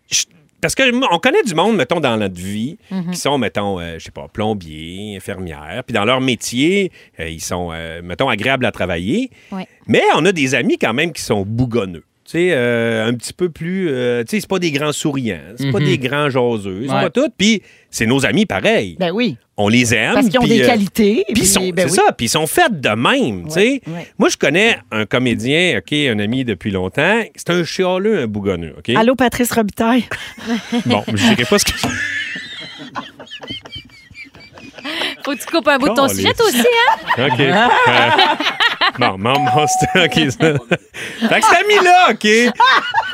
je- parce que m- on connaît du monde, mettons, dans notre vie,
Mm-hmm.
qui sont, mettons, euh, je sais pas, plombiers, infirmières, puis dans leur métier, euh, ils sont, euh, mettons, agréables à travailler.
Ouais.
Mais on a des amis quand même qui sont bougonneux. Tu sais, euh, un petit peu plus. euh, tu sais, c'est pas des grands souriants, c'est pas
Mhm.
des grands jaseux, c'est
Ouais.
pas tout. Puis c'est nos amis pareil.
Ben oui,
On les aime.
parce qu'ils ont
puis,
des
euh,
qualités.
puis ils sont,
ben
c'est
oui.
ça, puis ils sont faits de même, tu sais.
ouais.
Moi, je connais un comédien, OK, un ami depuis longtemps. C'est un chialeux, un bougonneux, OK?
Allô, Patrice Robitaille.
Bon, je dirais pas ce que...
Faut que tu coupes un bout de ton
Caliste.
sujet, toi aussi, hein?
OK.
Ah.
Euh, bon, mon monster, OK. ça. fait que cet ami-là, OK, tu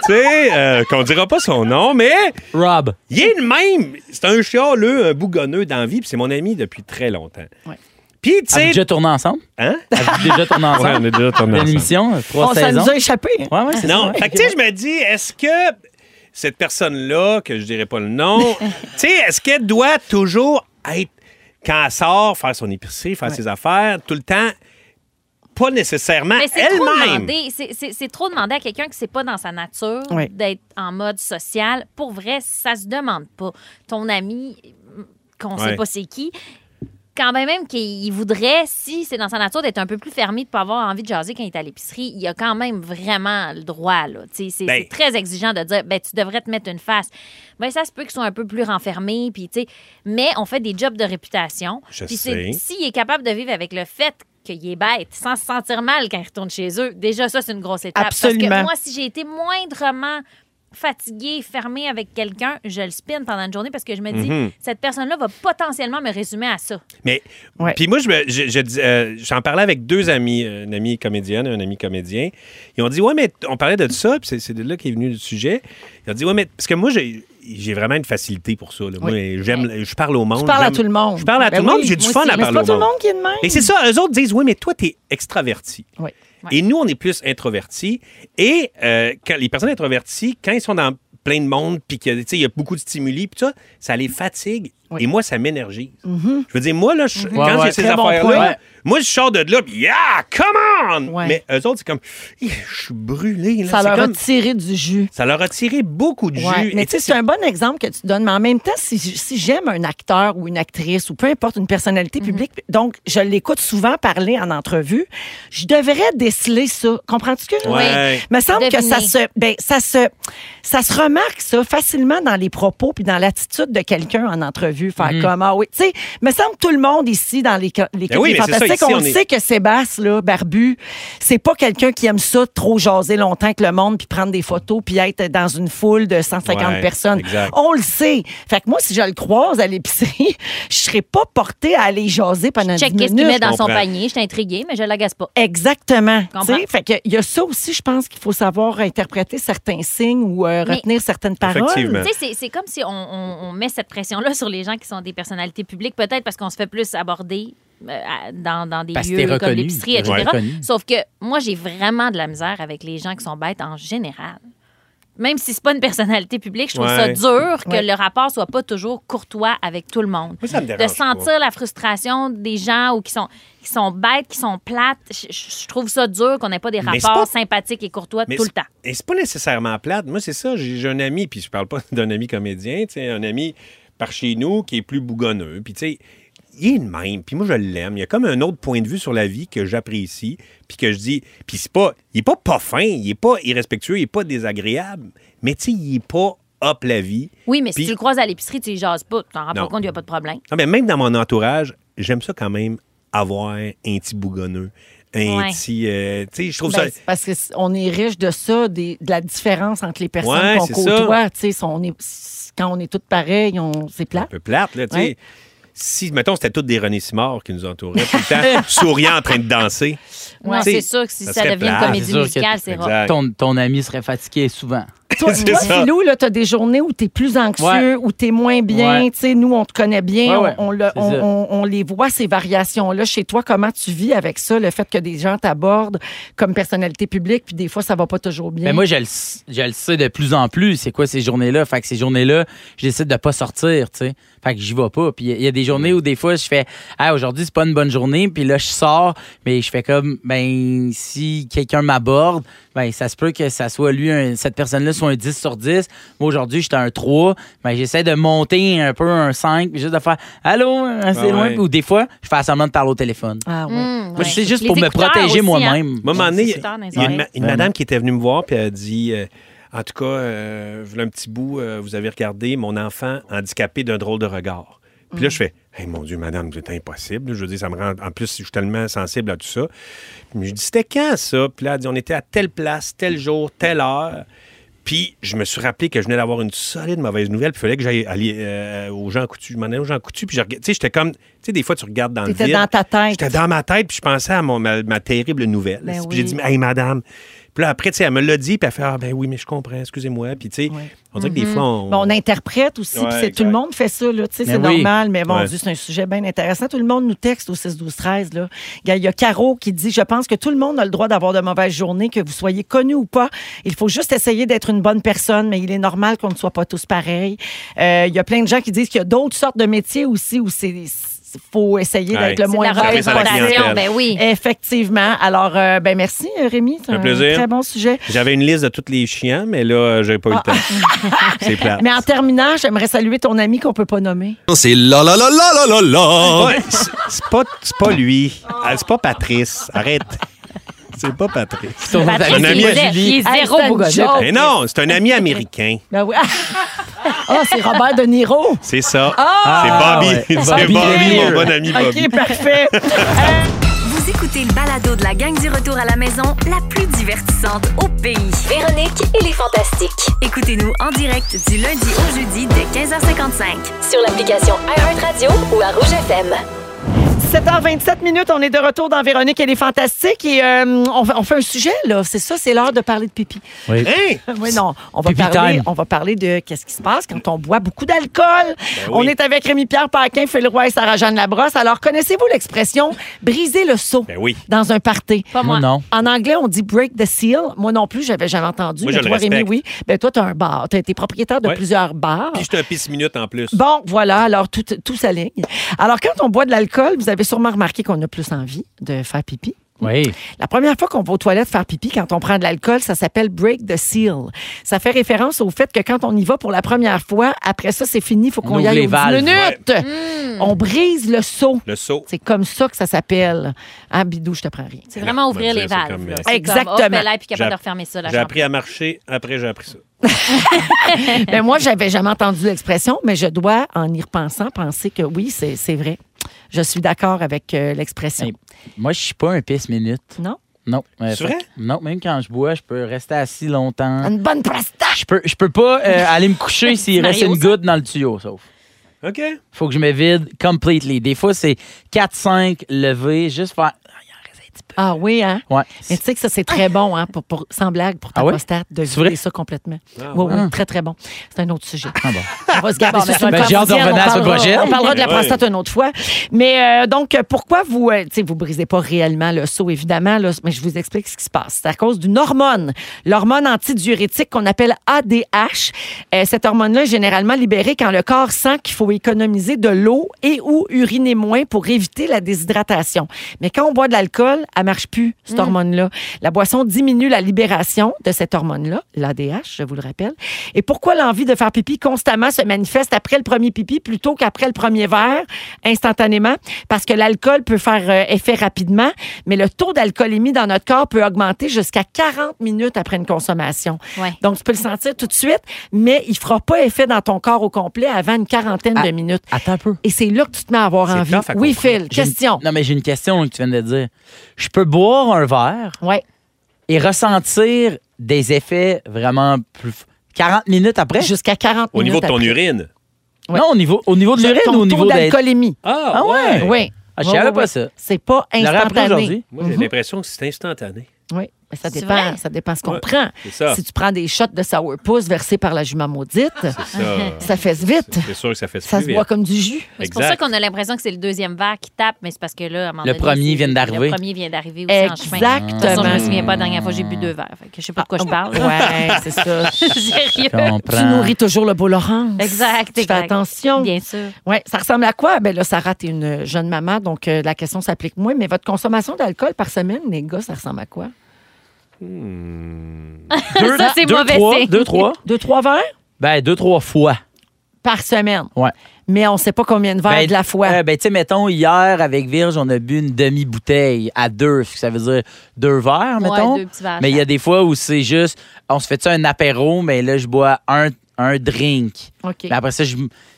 sais, euh, qu'on dira pas son nom, mais
Rob.
il est le même. C'est un chialeux, un bougonneux dans la vie, puis c'est mon ami depuis très longtemps.
Ouais.
Puis,
Avez-vous
tu sais...
déjà tourné ensemble?
Hein?
Avez-vous déjà tourné
Ah, Ouais, on
ensemble?
est déjà tombé
Une
ensemble.
émission, trois
On, ça
saisons.
nous a échappé. hein?
Ouais, ouais, c'est
Non.
ça, ouais.
Fait que, tu sais, je me dis, est-ce que cette personne-là, que je dirais pas le nom, tu sais, est-ce qu'elle doit toujours être, quand elle sort, faire son épicerie, faire ses affaires, tout le temps, pas nécessairement
Mais c'est trop
elle-même?
demandé. C'est- C'est c'est trop demandé à quelqu'un qui c'est pas dans sa nature
Oui.
d'être en mode social. Pour vrai, ça se demande pas. Ton ami, qu'on sait
Ouais.
pas c'est qui, quand même, même qu'il voudrait, si c'est dans sa nature, d'être un peu plus fermé, de pas avoir envie de jaser quand il est à l'épicerie, il a quand même vraiment le droit. là. Tu sais, C'est
Ben-
c'est très exigeant de dire ben, tu devrais te mettre une face. Ben, ça se peut qu'ils soient un peu plus renfermés. puis tu sais, Mais on fait des jobs de réputation.
Je
Puis c'est-
sais.
S'il est capable de vivre avec le fait qu'il est bête, sans se sentir mal quand il retourne chez eux, déjà, ça, c'est une grosse étape. Parce
Absolument.
que moi, si j'ai été moindrement fatiguée, fermée avec quelqu'un, je le spin pendant une journée parce que je me dis,
Mhm.
cette personne-là va potentiellement me résumer à ça.
Mais,
Ouais.
puis moi, je me- je- je dis- euh, j'en parlais avec deux amis, une amie comédienne et un ami comédien. Ils ont dit, ouais, mais on parlait de ça, puis c'est- c'est de là qu'est venu le sujet. Ils ont dit, ouais, mais, parce que moi, j'ai j'ai vraiment une facilité pour ça. là. Moi, j'aime, je parle au monde.
Je parle à
j'aime-
tout le monde.
Je parle à
Ben
tout le monde,
oui,
j'ai du
moi
fun
aussi.
à
Mais
parler au
C'est pas tout
monde.
le monde qui est de même.
Et c'est ça, eux autres disent, oui, mais toi, t'es extraverti.
Oui.
Ouais.
Et nous, on est plus introvertis. Et euh, quand les personnes introverties, quand ils sont dans plein de monde, puis qu'il y a- tu sais, il y a beaucoup de stimuli, puis ça, ça les fatigue.
Oui.
Et moi, ça m'énergise.
Mm-hmm.
Je veux dire, moi, là, je- quand
Ouais, ouais,
j'ai ces
très bon
affaires-là,
point. Ouais.
moi, je sors de là, puis yeah, come on!
Ouais.
Mais eux autres, c'est comme, Ih, je suis brûlé. Là.
Ça
C'est
leur
comme-
a tiré du jus.
ça leur a tiré beaucoup de jus.
Ouais, Mais
Et
tu sais, c'est un bon exemple que tu donnes. Mais en même temps, si, si j'aime un acteur ou une actrice ou peu importe une personnalité publique, donc je l'écoute souvent parler en entrevue, je devrais déceler ça. Comprends-tu ce que je veux dire?
Ouais.
me semble que ça
Deviner.
se, ben, ça se, ça se remarque ça facilement dans les propos puis dans l'attitude de quelqu'un en entrevue. entrevue, faire
Mhm.
comme, ah oui. Tu sais, me semble que tout le monde ici, dans les, les
Ben oui, mais c'est ça,
fantastiques,
ici,
on,
on
le
est-
sait que Sébastien, là, barbu, c'est pas quelqu'un qui aime ça, trop jaser longtemps avec le monde, puis prendre des photos, puis être dans une foule de 150
Ouais,
personnes.
exact.
On le sait. Fait que moi, si je le croise à l'épicerie, je serais pas portée à aller jaser pendant 10
Check
minutes.
qu'est-ce qu'il met dans son panier. Je suis intriguée, mais je l'agace pas.
Exactement.
comprends.
Tu sais, Fait que il y a ça aussi, je pense qu'il faut savoir interpréter certains signes ou euh,
Mais-
retenir certaines paroles.
Tu sais, c'est- c'est comme si on, on- on met cette pression-là sur les gens qui sont des personnalités publiques, peut-être parce qu'on se fait plus aborder euh, à- dans, dans des
Parce que t'es
lieux comme
reconnu,
l'épicerie,
t'es
etc.
reconnu.
Sauf que moi, j'ai vraiment de la misère avec les gens qui sont bêtes en général. Même si c'est pas une personnalité publique, je trouve ça
Ouais.
dur que
Ouais.
le rapport soit pas toujours courtois avec tout le monde.
ça me
de
dérange
sentir
pas.
la frustration des gens ou qui sont qui sont bêtes, qui sont plates, je, je- je trouve ça dur qu'on n'ait pas des
Mais c'est
rapports
pas-
sympathiques et courtois
Mais
tout le
c'est-
temps.
Et c'est pas nécessairement plate. Moi, c'est ça. J'ai j'ai un ami, puis je parle pas d'un ami comédien, tu sais, un ami par chez nous qui est plus bougonneux. Puis, tu sais, il est le même. Puis moi, je l'aime. Il y a comme un autre point de vue sur la vie que j'apprécie, puis que je dis. Puis c'est pas. Il est pas pas fin, il est pas irrespectueux, il est pas désagréable, mais tu sais, il est pas hop la vie.
Oui, mais si
Puis-
tu le croises à l'épicerie, tu ne jases pas. Tu t'en rends pas
Non.
compte, il n'y a pas de problème.
Non, mais même dans mon entourage, j'aime ça quand même avoir un petit bougonneux. Un
Ouais.
petit. euh, tu sais, je trouve
Ben,
ça.
c'est parce que c- on est riche de ça, des- de la différence entre les personnes
Ouais,
qu'on
c'est
côtoie. Tu sais, si on est, si- quand on est toutes pareilles, on c'est plat.
peu plate, là, tu sais.
Ouais.
Si, mettons, c'était toutes des René Simard qui nous entouraient tout le temps, souriant en train de danser.
Non,
Tu sais,
c'est sûr que si ça
serait
devient une
plate.
comédie musicale, c'est rare.
Ton, ton ami serait fatigué souvent.
Toi,
C'est
toi
ça.
Philou, tu as des journées où tu es plus anxieux,
Ouais.
où tu es moins bien.
Ouais.
Tu sais, Nous, on te connaît bien,
Ouais, ouais,
on, on le-
c'est
on-
ça.
on- on les voit, ces variations-là. Chez toi, comment tu vis avec ça, le fait que des gens t'abordent comme personnalité publique, puis des fois, ça va pas toujours bien?
Mais Ben, moi, je le, s- je le sais de plus en plus, c'est quoi ces journées-là. Fait que ces journées-là, je décide de pas sortir, tu sais. Fait que j'y vais pas. Puis il y a- il y, a des journées où des fois, je fais Ah, aujourd'hui, c'est pas une bonne journée. Puis là, je sors, mais je fais comme Ben, si quelqu'un m'aborde, ben, ça se peut que ça soit lui, un- cette personne-là soit un 10 sur 10. Moi, aujourd'hui, j'étais un 3. Ben, j'essaie de monter un peu un 5, puis juste de faire Allô, c'est
Ah
loin.
ouais.
Ou des fois, je fais semblant de parler au téléphone.
Ah
ouais.
Moi, c'est juste pour me protéger moi-même.
Moi, à un moment donné, il y a
oreilles.
une, ma- une
Vraiment.
madame qui était venue me voir puis elle a dit euh, En tout cas, euh, voilà un petit bout, euh, vous avez regardé mon enfant handicapé d'un drôle de regard. Puis
Mm.
là, je fais Hey, mon Dieu, madame, c'est impossible. Je veux dire, ça me rend. En plus, je suis tellement sensible à tout ça. Mais je dis C'était quand ça Puis là, elle dit On était à telle place, tel jour, telle heure. Puis je me suis rappelé que je venais d'avoir une solide mauvaise nouvelle. Puis il fallait que j'aille aller euh, aux gens coutus. Je m'en allais aux gens coutus. Puis je regardais- tu sais, j'étais comme. Tu sais, des fois, tu regardes dans le
T'étais
vide.
dans ta tête.
J'étais dans ma tête, puis je pensais à mon- ma, ma terrible nouvelle.
Ben
puis
oui.
j'ai dit, hey, madame. Puis là, après, tu sais, elle me l'a dit, puis elle fait, ah, ben oui, mais je comprends, excusez-moi. Puis, tu sais, on dirait que des fois, on.
Ben, on interprète aussi,
Ouais,
puis c'est- tout
exact.
le monde fait ça, là, tu sais,
Mais
c'est
oui.
normal, mais mon
Ouais.
Dieu, c'est un sujet bien intéressant. Tout le monde nous texte au 6, 12, 13, là. Il y a- il y a Caro qui dit, je pense que tout le monde a le droit d'avoir de mauvaises journées, que vous soyez connu ou pas. Il faut juste essayer d'être une bonne personne, mais il est normal qu'on ne soit pas tous pareils. Euh, il y a plein de gens qui disent qu'il y a d'autres sortes de métiers aussi où c'est faut essayer
Ouais.
d'être le
C'est de
moins
la
vache
représentation,
possible.
ben
oui.
Effectivement. Alors, euh, ben merci euh, Rémi, c'est
Un plaisir.
très bon sujet.
J'avais une liste de tous les chiens, mais là, j'avais pas eu le temps. c'est plate.
Ah. Mais en terminant, j'aimerais saluer ton ami qu'on peut pas nommer.
C'est la la la la la la la. Ah C'est pas, c'est pas lui. Ah, C'est pas Patrice. Arrête. C'est pas Patrice.
Son Patrice,
Un ami
il est
à
zé-
Julie.
il est
zéro
Hey, c'est un
bougonneux,
joke.
Patrice.
Mais non, c'est un ami américain.
Ben oui. Ah, c'est Robert De Niro.
C'est ça.
Ah!
c'est Bobby.
Ah, ouais.
C'est
Bobby
Bobby, mon
Lear.
bon ami Bobby.
OK, parfait.
Vous écoutez le balado de la gang du retour à la maison, la plus divertissante au pays. Véronique et les Fantastiques. Écoutez-nous en direct du lundi au jeudi dès 15h55 sur l'application iHeartRadio ou à Rouge FM.
7h27 minutes, on est de retour dans Véronique, elle est fantastique et euh, on, fait- on fait un sujet là, c'est ça, c'est l'heure de parler de pipi.
Oui.
Hein?
Oui, non, on va
Pipi
parler,
time.
on va parler de qu'est-ce qui se passe quand on boit beaucoup d'alcool.
Ben
oui.
On est avec Rémi Pierre Paquin, Phil Roy et Sarah Jeanne Labrosse. Alors connaissez-vous l'expression briser le seau
Ben
dans un party
Pas moi. Moi, non.
En anglais, on dit break the seal. Moi non plus, j'avais jamais entendu.
Moi,
mais
je le
toi Rémi,
respecte.
oui. Ben toi tu as un bar, tu as été propriétaire de
Ouais.
plusieurs bars.
Puis j'étais un pisse minute en plus.
Bon, voilà, alors tout, tout s'aligne. Alors, quand on boit de l'alcool, vous avez sûrement remarqué qu'on a plus envie de faire pipi.
Oui.
La première fois qu'on va aux toilettes faire pipi, quand on prend de l'alcool, ça s'appelle break the seal. Ça fait référence au fait que quand on y va pour la première fois, après ça, c'est fini, il faut
On
qu'on y
ouvre
aille
les
aux
valves.
10 minutes. On brise le seau.
Le seau.
C'est comme ça que ça s'appelle. Ah, bidou, je te prends rien.
C'est vraiment ouvrir les
c'est
valves.
comme,
là.
euh,
C'est comme, oh, hop,
Exactement.
ben là, puis capable
J'ai-
de refermer ça. la
J'ai
chambre.
appris à marcher, après j'ai appris ça.
Mais Ben, moi, j'avais jamais entendu l'expression, mais je dois, en y repensant, penser que oui, c'est c'est vrai. Je suis d'accord avec euh, l'expression.
Moi, je suis pas un pisse minute.
Non?
Non. Euh, fait-
C'est vrai?
Non, même quand je bois, je peux rester assis longtemps.
Une bonne presta!
Je peux, je peux pas euh, aller me coucher s'il reste
Mario,
une goutte dans le tuyau, sauf.
OK.
Faut que je me vide completely. Des fois, c'est 4-5 levés, juste faire.
Ah oui, hein?
Ouais.
Mais tu sais que ça, c'est très bon, hein, pour, pour- sans blague, pour ta
Ah ouais?
prostate, de
C'est vrai?
vider ça complètement.
Ah
oui,
ouais.
oui,
Ah.
très, très bon. C'est un autre sujet.
bon.
On va se garder
Bon,
ça
ben,
sur une
ben, j'ai hâte d'en
parisienne,
revenir
on
à la semaine
parlera-
prochaine.
On parlera de la
Ouais.
prostate une autre fois. Mais euh, donc, euh, pourquoi vous... euh, tu sais, vous brisez pas réellement le seau, évidemment, là, mais je vous explique ce qui se passe. C'est à cause d'une hormone, l'hormone antidiurétique qu'on appelle ADH. Euh, cette hormone-là est généralement libérée quand le corps sent qu'il faut économiser de l'eau et ou uriner moins pour éviter la déshydratation. Mais quand on boit de l'alcool, elle marche plus, cette
Mm.
hormone-là. La boisson diminue la libération de cette hormone-là, l'ADH, je vous le rappelle. Et pourquoi l'envie de faire pipi constamment se manifeste après le premier pipi plutôt qu'après le premier verre, instantanément? Parce que l'alcool peut faire euh, effet rapidement, mais le taux d'alcoolémie dans notre corps peut augmenter jusqu'à 40 minutes après une consommation.
Ouais.
Donc, tu peux le sentir tout de suite, mais il fera pas effet dans ton corps au complet avant une quarantaine de minutes.
Attends un peu.
Et c'est là que tu te mets à avoir envie. Oui, Phil,
J'ai une-
question.
Non, mais j'ai une question que tu viens de dire. Je peux boire un verre et ressentir des effets vraiment plus. f- 40 minutes après?
Jusqu'à 40
Au niveau de ton urine.
Non, au niveau, au niveau de l'urine
Ton
ou au
taux
niveau de
d'alcoolémie.
Ah,
ouais.
Oui.
Ah, je savais
Oui, oui,
pas
oui.
ça.
C'est pas
Je l'aurais appris
instantané. Mhm.
aujourd'hui.
Moi, j'ai l'impression que c'est instantané.
Oui, mais ça
C'est
dépend,
vrai?
ça dépend ce qu'on
Ouais,
prend.
c'est ça.
Si tu prends des shots de sourpuss versés par la jument maudite, ça fesse vite.
euh, C'est sûr que ça fait
Ah. Ça
plus
se
vite.
boit comme du jus.
C'est pour ça qu'on a l'impression que c'est le deuxième verre qui tape, mais c'est parce que là, à un moment
Le
donné,
premier
c'est-
vient d'arriver.
Le premier vient d'arriver aussi en chemin. De toute façon, Je
Exactement.
me souviens pas, la dernière fois, j'ai bu deux verres. Fait que je sais pas de quoi je parle.
Ouais, c'est ça.
Sérieux.
Tu nourris toujours le beau Laurent.
Exact,
Tu fais
exact.
attention.
Bien sûr.
Ouais, ça ressemble à quoi? Ben là, Sarah, t'es une jeune maman, donc euh, la question s'applique moins. Mais votre consommation d'alcool par semaine, les gars, ça ressemble à quoi?
Deux-
Ça, c'est
deux,
mauvais
trois,
signe.
Deux, trois.
Deux, trois verres?
Ben, deux, trois fois.
Par semaine.
Ouais.
Mais on sait pas combien de verres
Ben,
de la fois.
euh, ben, tu sais, mettons, hier, avec Virge, on a bu une demi-bouteille à deux. fait que Ça veut dire deux verres,
Ouais,
mettons.
deux petits verres
mais il y a des fois où c'est juste, on se fait ça un apéro, mais là, je bois un, un drink.
OK.
Mais après ça, je.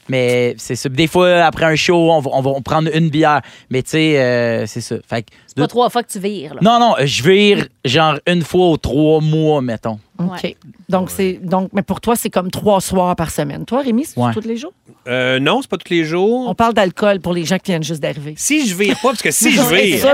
Mais c'est ça. Des fois, après un show, on va, on va prendre une bière. Mais tu sais, euh, c'est ça. Fait que deux-
Pas trois fois que tu vires. là.
Non, non, je vire genre une fois aux trois mois, mettons.
OK. Donc, c'est, donc, mais pour toi, c'est comme trois soirs par semaine. Toi, Rémi, c'est
Ouais.
tous les jours?
Euh, non, c'est pas tous les jours.
On parle d'alcool pour les gens qui viennent juste d'arriver.
Si je vire pas, parce que si je vire.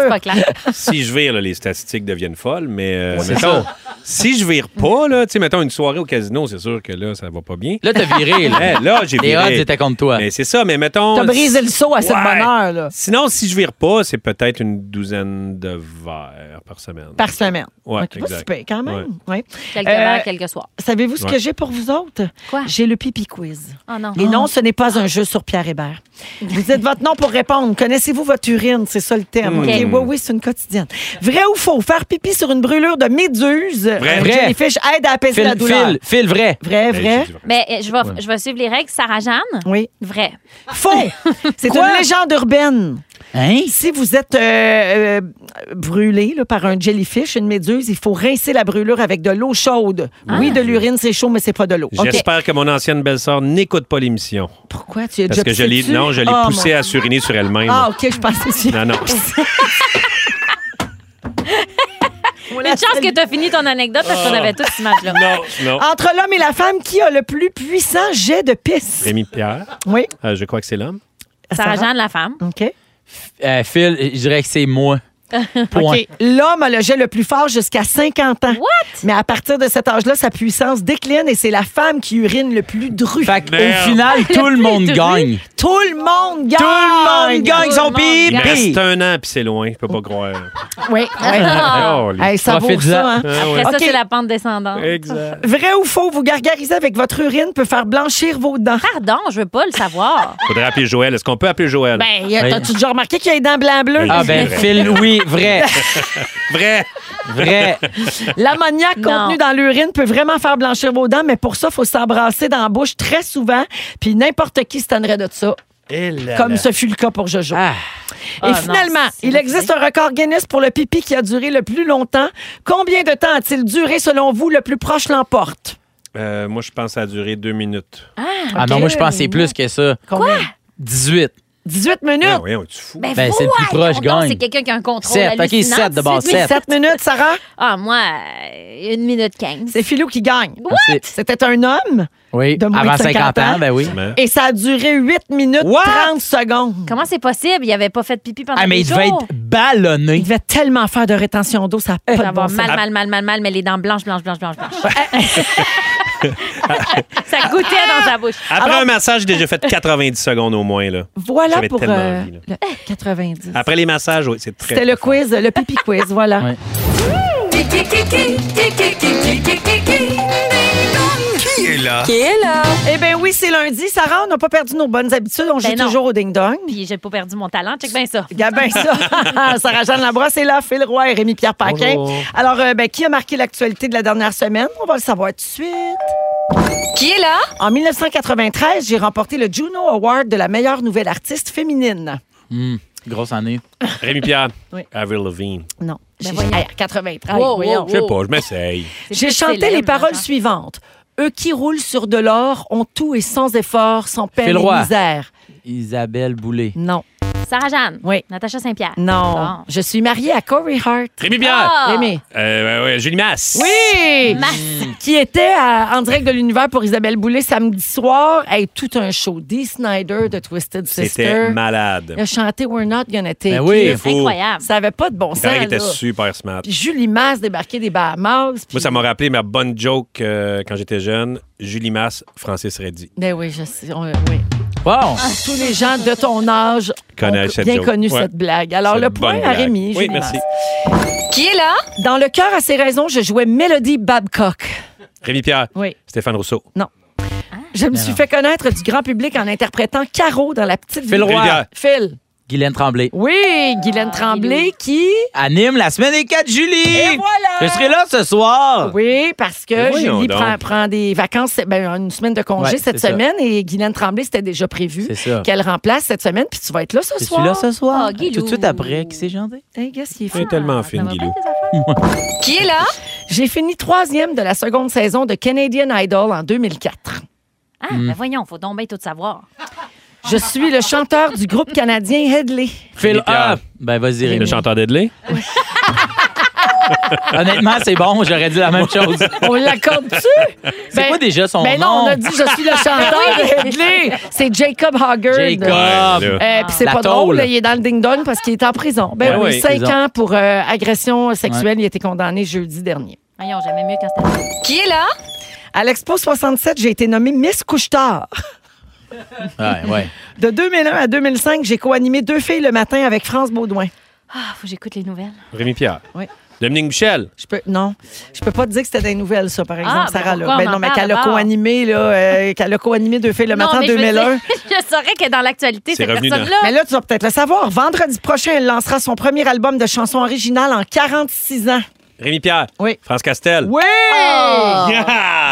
si je vire, là, les statistiques deviennent folles, mais euh,
Ouais, c'est
mettons,
ça.
si je vire pas, là, tu sais, mettons une soirée au casino, c'est sûr que là, ça va pas bien.
Là, t'as viré, là.
Ouais, là, j'ai
Les
viré.
odds étaient contre toi.
Mais c'est ça, mais mettons.
T'as brisé le seau à cette
Oh, Ouais.
bonne heure, là.
Sinon, si je vire pas, c'est peut-être une douzaine de verres par semaine.
Par semaine.
Ouais,
OK, pas
exact.
si pire, quand même. Ouais.
Quelques
Euh,
verres, quelques soirs.
Savez-vous ce que
Ouais.
j'ai pour vous autres? Quoi? Ah. J'ai le pipi quiz.
Oh non.
Et non, ce n'est pas un jeu sur Pierre Hébert. Vous dites votre nom pour répondre. Connaissez-vous votre urine? C'est ça le thème.
Mm.
OK.
OK.
Oui, oui, c'est une quotidienne. Vrai ou faux? Faire pipi sur une brûlure de méduse.
Vrai.
Un
Vrai.
jellyfish aide à apaiser la
Phil,
douleur.
Phil, Phil, vrai.
Vrai,
Ben,
vrai.
Mais euh, je vais, je vais suivre les règles. Sarah Jeanne?
Oui.
Vrai.
Faux! C'est une légende urbaine.
Hein?
Si vous êtes euh, euh, brûlé là, par un jellyfish, une méduse, il faut rincer la brûlure avec de l'eau chaude. Oui, de l'urine, c'est chaud, mais c'est pas de l'eau. Ben, OK.
J'espère que mon ancienne belle-sœur n'écoute pas l'émission.
Pourquoi tu es
Parce
déjà
que je
pissé
l'ai
dessus?
non, je l'ai
Oh,
poussée
mon-
à s'uriner sur elle-même.
Ah, OK, je pensais que
Non, non.
Une chance que tu as fini ton anecdote parce qu'on avait tous cette image-là.
Oh. Non, non.
Entre l'homme et la femme, qui a le plus puissant jet de pisse?
Rémi Pierre.
Oui.
Euh, je crois que c'est l'homme.
Sarah Jeanne, la femme.
OK.
Euh, Phil, je dirais que c'est moi. Point.
OK. L'homme a le jet le plus fort jusqu'à 50 ans. Mais à partir de cet âge-là, sa puissance décline et c'est la femme qui urine le plus dru.
Fait qu'au final, tout le monde gagne. Ah,
Tout le monde gagne.
Tout le monde gagne son
Il me
pipi.
reste un an, puis c'est loin. Je peux pas croire.
Oui, oui.
Oh, les-
Oh. Ah. Hey, ça vaut
Profite-en.
ça. hein.
Ah, ouais.
Ah. Après ça,
OK.
c'est la pente descendante.
Exact.
Vrai ou faux, vous gargariser avec votre urine peut faire blanchir vos dents.
Pardon, je veux pas le savoir.
Faudrait appeler Joël. Est-ce qu'on peut appeler Joël?
Ben, y a- t'as-tu déjà remarqué qu'il y a les dents blanc bleues?
Ah ben, Phil, oui, vrai.
vrai.
Vrai.
L'ammoniac contenu dans l'urine peut vraiment faire blanchir vos dents, mais pour ça, il faut s'embrasser dans la bouche très souvent, puis n'importe qui se tannerait de ça.
Eh
Comme ce fut le cas pour Jojo. Et
Ah,
finalement,
non, c'est
il existe un record Guinness pour le pipi qui a duré le plus longtemps. Combien de temps a-t-il duré, selon vous, le plus proche l'emporte?
Euh, moi, je pense que ça a duré deux minutes.
Ah,
Ah non, moi, je pensais plus que ça.
Quoi?
18.
18 minutes?
Ah, voyons, tu fous.
Ben,
Ben, c'est le plus
voyons
proche
donc,
gagne.
C'est quelqu'un qui a un contrôle.
Sept, ok,
hallucinant.
sept de base,
18 minutes.
sept.
7 minutes, Sarah?
Ah, moi, euh, une minute 15.
C'est Philou qui gagne.
Merci.
C'était un homme
Oui,
de moins
avant
de 50,
50 ans, ben oui.
et ça a duré 8 minutes
What?
30 secondes.
Comment c'est possible? Il avait pas fait de pipi pendant
Ah, mais
des
il devait
jours.
être ballonné.
Il devait tellement faire de rétention d'eau, ça n'a pas
Ça
de
va
bon
avoir
sens.
mal, mal, mal, mal, mal, mais les dents blanches, blanches, blanches, blanches, blanches. ça goûtait dans sa bouche.
Ah,
Ah
Après un massage, j'ai déjà fait 90 secondes au moins. Là.
Voilà
J'avais
pour
tellement
euh,
envie, là. Ah,
le 90.
Après les massages, oui, c'est très.
C'était le
très fort.
quiz, le pipi quiz, voilà.
Ouais.
Qui est là?
Qui est là?
Eh bien oui, c'est lundi. Sarah, on n'a pas perdu nos bonnes habitudes. On joue
non.
toujours au ding-dong.
Puis j'ai pas perdu mon talent. Check bien ça.
Regarde bien ça. Sarah-Jeanne Labrosse est là, Phil Roy et Rémi-Pierre Paquin.
Bonjour.
Alors, euh, ben, qui a marqué l'actualité de la dernière semaine? On va le savoir tout de suite.
Qui est là?
En 1993, j'ai remporté le Juno Award de la meilleure nouvelle artiste féminine.
Hum, grosse année.
Rémi Pierre.
Oui.
Avril Lavigne.
Non. J'ai
voyons.
Hey, 93.
Wow,
voyons. hein,
wow,
Je sais pas, je m'essaye.
C'est
J'ai
plus
chanté
célèbre,
les paroles
genre.
suivantes. Eux qui roulent sur de l'or ont tout et sans effort, sans peine
Phil
et
Roy.
misère.
Isabelle Boulay.
Non,
Sarah-Jeanne.
Oui.
Natasha Saint-Pierre.
non.
Bon.
Je suis mariée à Corey Hart.
Rémi Pierre.
Ah.
Rémi.
Euh, ouais, ouais, Julie Masse.
Oui!
Masse.
Qui était à- en direct de l'univers pour Isabelle Boulay samedi soir. Hey, tout un show. Dee Snyder de Twisted
C'était
Sister.
malade.
Il a chanté We're Not Gonna Take
Ben oui.
It.
Fou.
Incroyable.
Ça avait pas de bon sens.
Il était
là.
super smart.
Puis Julie Masse débarquait des Bahamas. puis-
Moi, ça m'a rappelé ma bonne joke euh, quand j'étais jeune. Julie Masse, Francis Reddy.
Ben oui, je sais. on- oui.
Wow!
Tous les gens de ton âge
Connaissent
ont
cette
bien
joke.
connu
Ouais.
cette blague. Alors,
Cette
le point
bonne
à
blague.
Rémi.
Oui,
Julie
merci.
Masse.
Qui est là?
Dans le cœur à ses raisons, je jouais Melody Babcock.
Rémi Pierre.
Oui.
Stéphane Rousseau.
Ah, Je me suis fait connaître du grand public en interprétant Caro dans La Petite
Phil
Vie.
Rémi
Roy.
Pierre.
Phil.
Guylaine Tremblay.
Oui, Guylaine Tremblay qui...
Anime la semaine des 4 Julie!
Et voilà!
Je serai là ce soir!
Oui, parce
Mais
que
voyons
Julie
donc.
prend, prend des vacances, ben, une semaine de congé
Ouais,
cette
c'est ça.
semaine et Guylaine Tremblay, c'était déjà prévu
C'est ça.
qu'elle remplace cette semaine, puis tu vas être là ce
Je suis
soir.
là ce soir.
Ah, Guilou.
Tout de suite après. Qui c'est gentil?
Hey, guess qui est fou.
C'est tellement fine,
va
Guilou.
bien, tes affaires?
Qui est là?
J'ai fini troisième de la seconde saison de Canadian Idol en 2004.
Ah,
Mm.
ben voyons, faut donc bien tout savoir.
Je suis le chanteur du groupe canadien Headley.
Phil
Pierre.
up! Ben vas-y,
Le
Rémi.
chanteur d'Edley.
Honnêtement, c'est bon, j'aurais dit la même chose.
On l'accorde-tu?
C'est quoi déjà son
ben
nom?
non, on a dit je suis le chanteur de Headley. C'est Jacob Hoggard.
Jacob.
Ouais, là.
Euh, Puis c'est
La
pas
tôle.
drôle, là, il est dans le ding-dong parce qu'il est en prison. Ben
Ouais,
oui,
ouais,
cinq
prison.
ans pour euh, agression sexuelle. Il a été condamné jeudi dernier.
Voyons, j'aimais mieux quand c'était.
Qui est là?
À l'Expo 67, j'ai été nommée Miss Couche-Tard.
Ah, Ouais, ouais.
De 2001 à 2005, j'ai co-animé Deux filles le matin avec France Baudouin.
Ah, faut que j'écoute les nouvelles.
Rémi Pierre.
Oui.
Dominique Michel.
Je peux, non, je peux pas te dire que c'était des nouvelles, ça, par exemple,
Ah, ben
Sarah. là.
pourquoi
Ben
on
non,
en
mais
parle
qu'elle a
d'abord?
co-animé, là, euh, qu'elle a co-animé Deux filles le matin en
je veux
2001.
dire, Je saurais que dans l'actualité,
C'est
cette
revenu
Mais
personne-là.
là, tu vas peut-être le savoir. Vendredi prochain, elle lancera son premier album de chansons originales en 46 ans.
Rémi Pierre.
Oui.
France Castel.
Oui!
Yeah!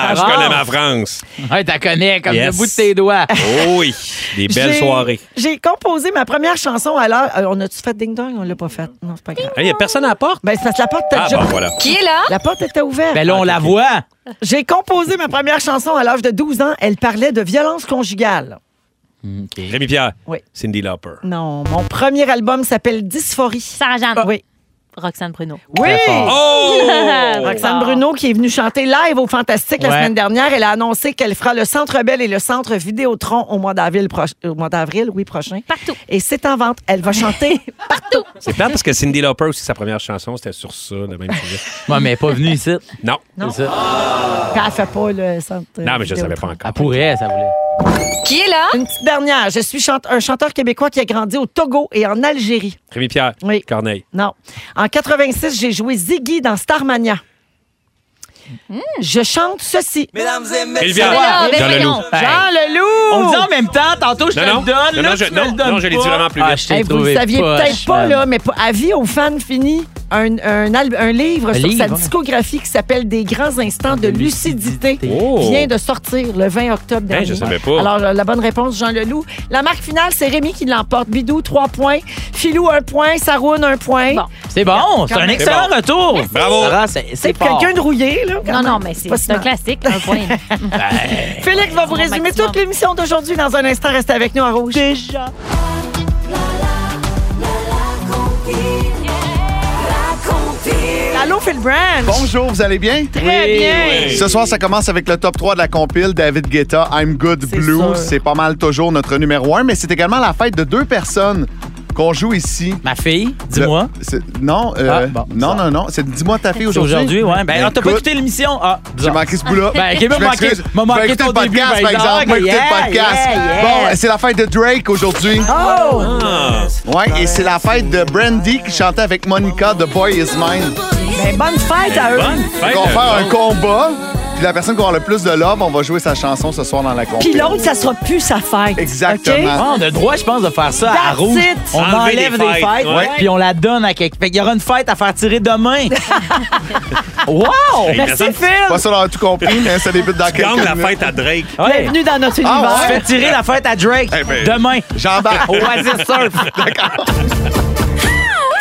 Je
France.
connais ma France.
Ouais, Ah, t'as connais comme
Yes.
le bout de tes doigts.
Oh oui. Des belles
J'ai-
soirées.
J'ai composé ma première chanson à l'heure. euh, on a-tu fait Ding Dong? On l'a pas fait. Non, c'est pas grave.
Il n'y a personne à la porte.
Ben, c'est parce que la porte était
Ah,
déjà-
bon, voilà.
Qui est là?
La porte était ouverte.
Ben là, on la voit.
J'ai composé ma première chanson à l'âge de 12 ans. Elle parlait de violence conjugale.
Rémi Pierre.
Oui.
Cindy Lauper.
Non, mon premier album s'appelle Dysphorie.
Ah.
Sarah-Jeanne.
Ah, Oui.
Roxane Bruno.
Oui!
Très fort.
Oh!
Roxane Bruno, qui est venue chanter live au Fantastique la
Ouais.
semaine dernière, elle a annoncé qu'elle fera le Centre Bell et le Centre Vidéotron au mois d'avril, proche- au mois d'avril, oui, prochain.
Partout.
Et c'est en vente. Elle va chanter.
C'est plate parce que Cindy Lauper aussi, sa première chanson, c'était sur ça, le même sujet.
Ouais, mais elle est pas venue ici.
Non.
C'est ça.
Ah, elle fait pas le Centre
Non, mais je ne savais
Vidéotron.
pas encore.
Elle pourrait, ça voulait.
Qui est là?
Une petite dernière. Je suis chante- un chanteur québécois qui a grandi au Togo et en Algérie.
Rémi Pierre.
Oui.
Corneille.
Non. En 86, j'ai joué Ziggy dans Starmania. Je chante ceci.
Mesdames et
Rémi
messieurs,
Pierre.
Ah, ben
Jean
voyons.
Leloup.
Hey.
Jean Leloup!
On le dit ah, en même temps, tantôt je
Non,
te
non.
le donne.
Non,
là,
non, je-
tu me
non,
le donnes
non, je l'ai dit
pas.
vraiment plus vite.
Ah, je t'ai
Hey, vous
trouvé
le saviez
poche,
peut-être pas,
man.
là, mais pa- avis aux fans fini, un, un al- un livre
Un
sur
livre,
sa
hein.
discographie qui s'appelle Des grands instants de lucidité.
Oh.
Vient de sortir le 20 octobre
Hein,
dernier.
je savais pas.
Alors, euh, la bonne réponse, Jean Leloup. La marque finale, c'est Rémi qui l'emporte. Bidou, 3 points. Filou, 1 point. Saroun, 1 point.
C'est bon, c'est
Quand
un
même.
excellent retour. Bravo. Sarah, c'est- c'est
C'est quelqu'un
fort.
de rouillé, là.
Non, non, mais c'est c'est un classique, un point.
Félix va vous résumer toute l'émission d'aujourd'hui dans un instant. Restez avec nous en rouge. Déjà. Allô, Phil Branch.
Bonjour, vous allez bien?
Très Oui. bien.
Ce soir, ça commence avec le top 3 de la compile David Guetta, I'm Good Blue. C'est pas mal toujours notre numéro 1, mais c'est également la fête de deux personnes qu'on joue ici.
Ma fille, dis-moi.
Non, euh,
Ah, bon,
non, non, non. C'est dis-moi ta fille
C'est
aujourd'hui.
aujourd'hui, ouais. Ben, non, t'as pas
écoute,
écouté l'émission. Ah,
J'ai manqué ce bout-là.
Ben, qui m'a
Je
manqué,
m'excuse. Je
m'a
vais
manqué
écouter
ton
le podcast,
début,
par exemple. Je vais écouter le podcast.
Euh.
Bon, Ah. c'est la fête de Drake aujourd'hui.
Oh!
Ouais, et c'est la fête de Brandy qui chantait avec Monica de Boy Is Mine.
Ben, bonne fête à eux.
Donc, on va
euh,
faire un combat. Puis la personne qui aura le plus de love, on va jouer sa chanson ce soir dans la compile.
Puis l'autre, ça sera plus sa fête.
Exactement.
Ah, on a le droit, je pense, de faire ça à
That's
rouge.
it.
On
Enlever
enlève
des
des fêtes,
fêtes, ouais.
puis on la donne à quelqu'un. Fait qu'il y aura une fête à faire tirer demain. wow!
Pas sûr d'avoir tout compris, mais ça débute dans
Tu
quelques
gagnes la
minutes.
fête à Drake.
Bienvenue dans notre
Ah,
univers.
ouais?
Tu fais tirer la fête à Drake demain.
Eh ben, J'embarque.
Oasis Surf.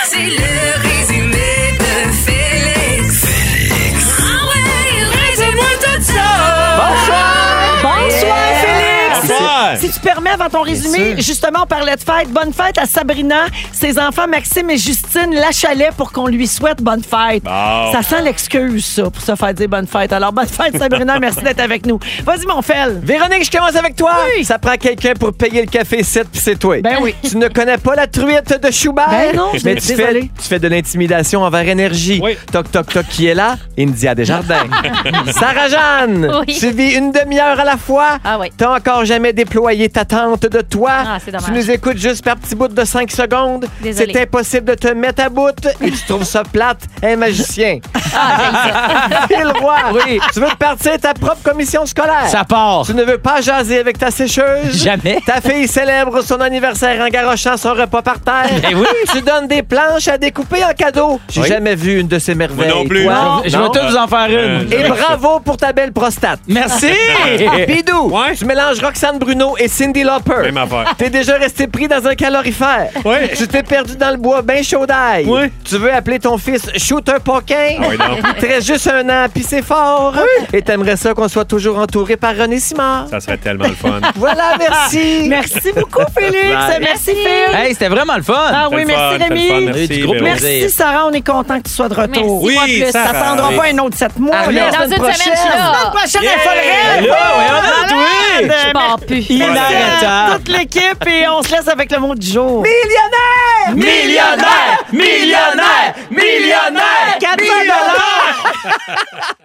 C'est le résumé de Félix. Félix. Ah ouais, résume-moi tout ça.
Bonsoir! Bonsoir,
Ah,
Félix!
Ah,
Bonsoir.
Si tu permets, avant ton résumé, justement, on parlait de fête. Bonne fête à Sabrina, ses enfants Maxime et Justine Lachalet pour qu'on lui souhaite bonne fête.
Bon.
Ça sent l'excuse, ça, pour se faire dire bonne fête. Alors, bonne fête, Sabrina, merci d'être avec nous. Vas-y, mon fel.
Véronique, je commence avec toi. Ça prend quelqu'un pour payer le café 7 puis c'est toi.
Ben oui.
Tu ne connais pas la truite de Schubert?
Ben non, je
Mais
l'ai-
tu fais,
désolée.
tu fais de l'intimidation envers énergie. Toc, toc, toc, qui est là? India Desjardins. Sarah-Jeanne,
Oui.
tu vis une demi-heure à la fois.
Ah oui.
T'as encore jamais déployé ta tente de toi.
Ah, c'est dommage.
Tu nous écoutes juste par petits bouts de 5 secondes.
Désolée.
C'est impossible de te mettre à bout et tu trouves ça plate. Un magicien.
Ah,
Phil Roy,
Oui.
tu veux te partir ta propre commission scolaire.
Ça part.
Tu ne veux pas jaser avec ta sécheuse.
Jamais.
Ta fille célèbre son anniversaire en garochant son repas par terre.
Ben
Eh oui.
Tu donnes des planches à découper en cadeau. J'ai
Oui.
jamais vu une de ces merveilles.
non plus.
Toi?
Non. Je vais tous vous en faire une.
Euh, Et bravo pour ta belle prostate.
Merci.
Eh.
Bidou, tu mélanges Roxane Bruno et Cindy Lauper.
Même affaire.
T'es déjà resté pris dans un calorifère. Tu t'es perdu dans le bois bien chaud d'ail. Tu veux appeler ton fils Shooter Poquin.
Ah oui, non.
Il te reste juste un an, puis c'est fort. Et t'aimerais ça qu'on soit toujours entouré par René Simard.
Ça serait tellement le fun.
Voilà, merci.
merci beaucoup, Félix.
Bye.
Merci, Phil.
Hey, c'était vraiment le fun.
Ah oui, merci Rémi.
Du gros plaisir.
merci Sarah, on est content que tu sois de
Merci,
retour.
Oui, moi plus.
ça
Sarah.
prendra pas un autre sept mois.
Ah,
là.
dans
La
une
semaine
semaine,
prochaine,
je suis là.
La semaine prochaine,
Yeah.
elle est folle, elle.
Là, ouais, on est doués.
Malade.
Je pars
Mais-
plus.
Merci à
Inarrêtable.
toute l'équipe et on se laisse avec le mot du jour.
Millionnaire!
Millionnaire! Millionnaire! Millionnaire!
Millionnaire!
Quatre dollars!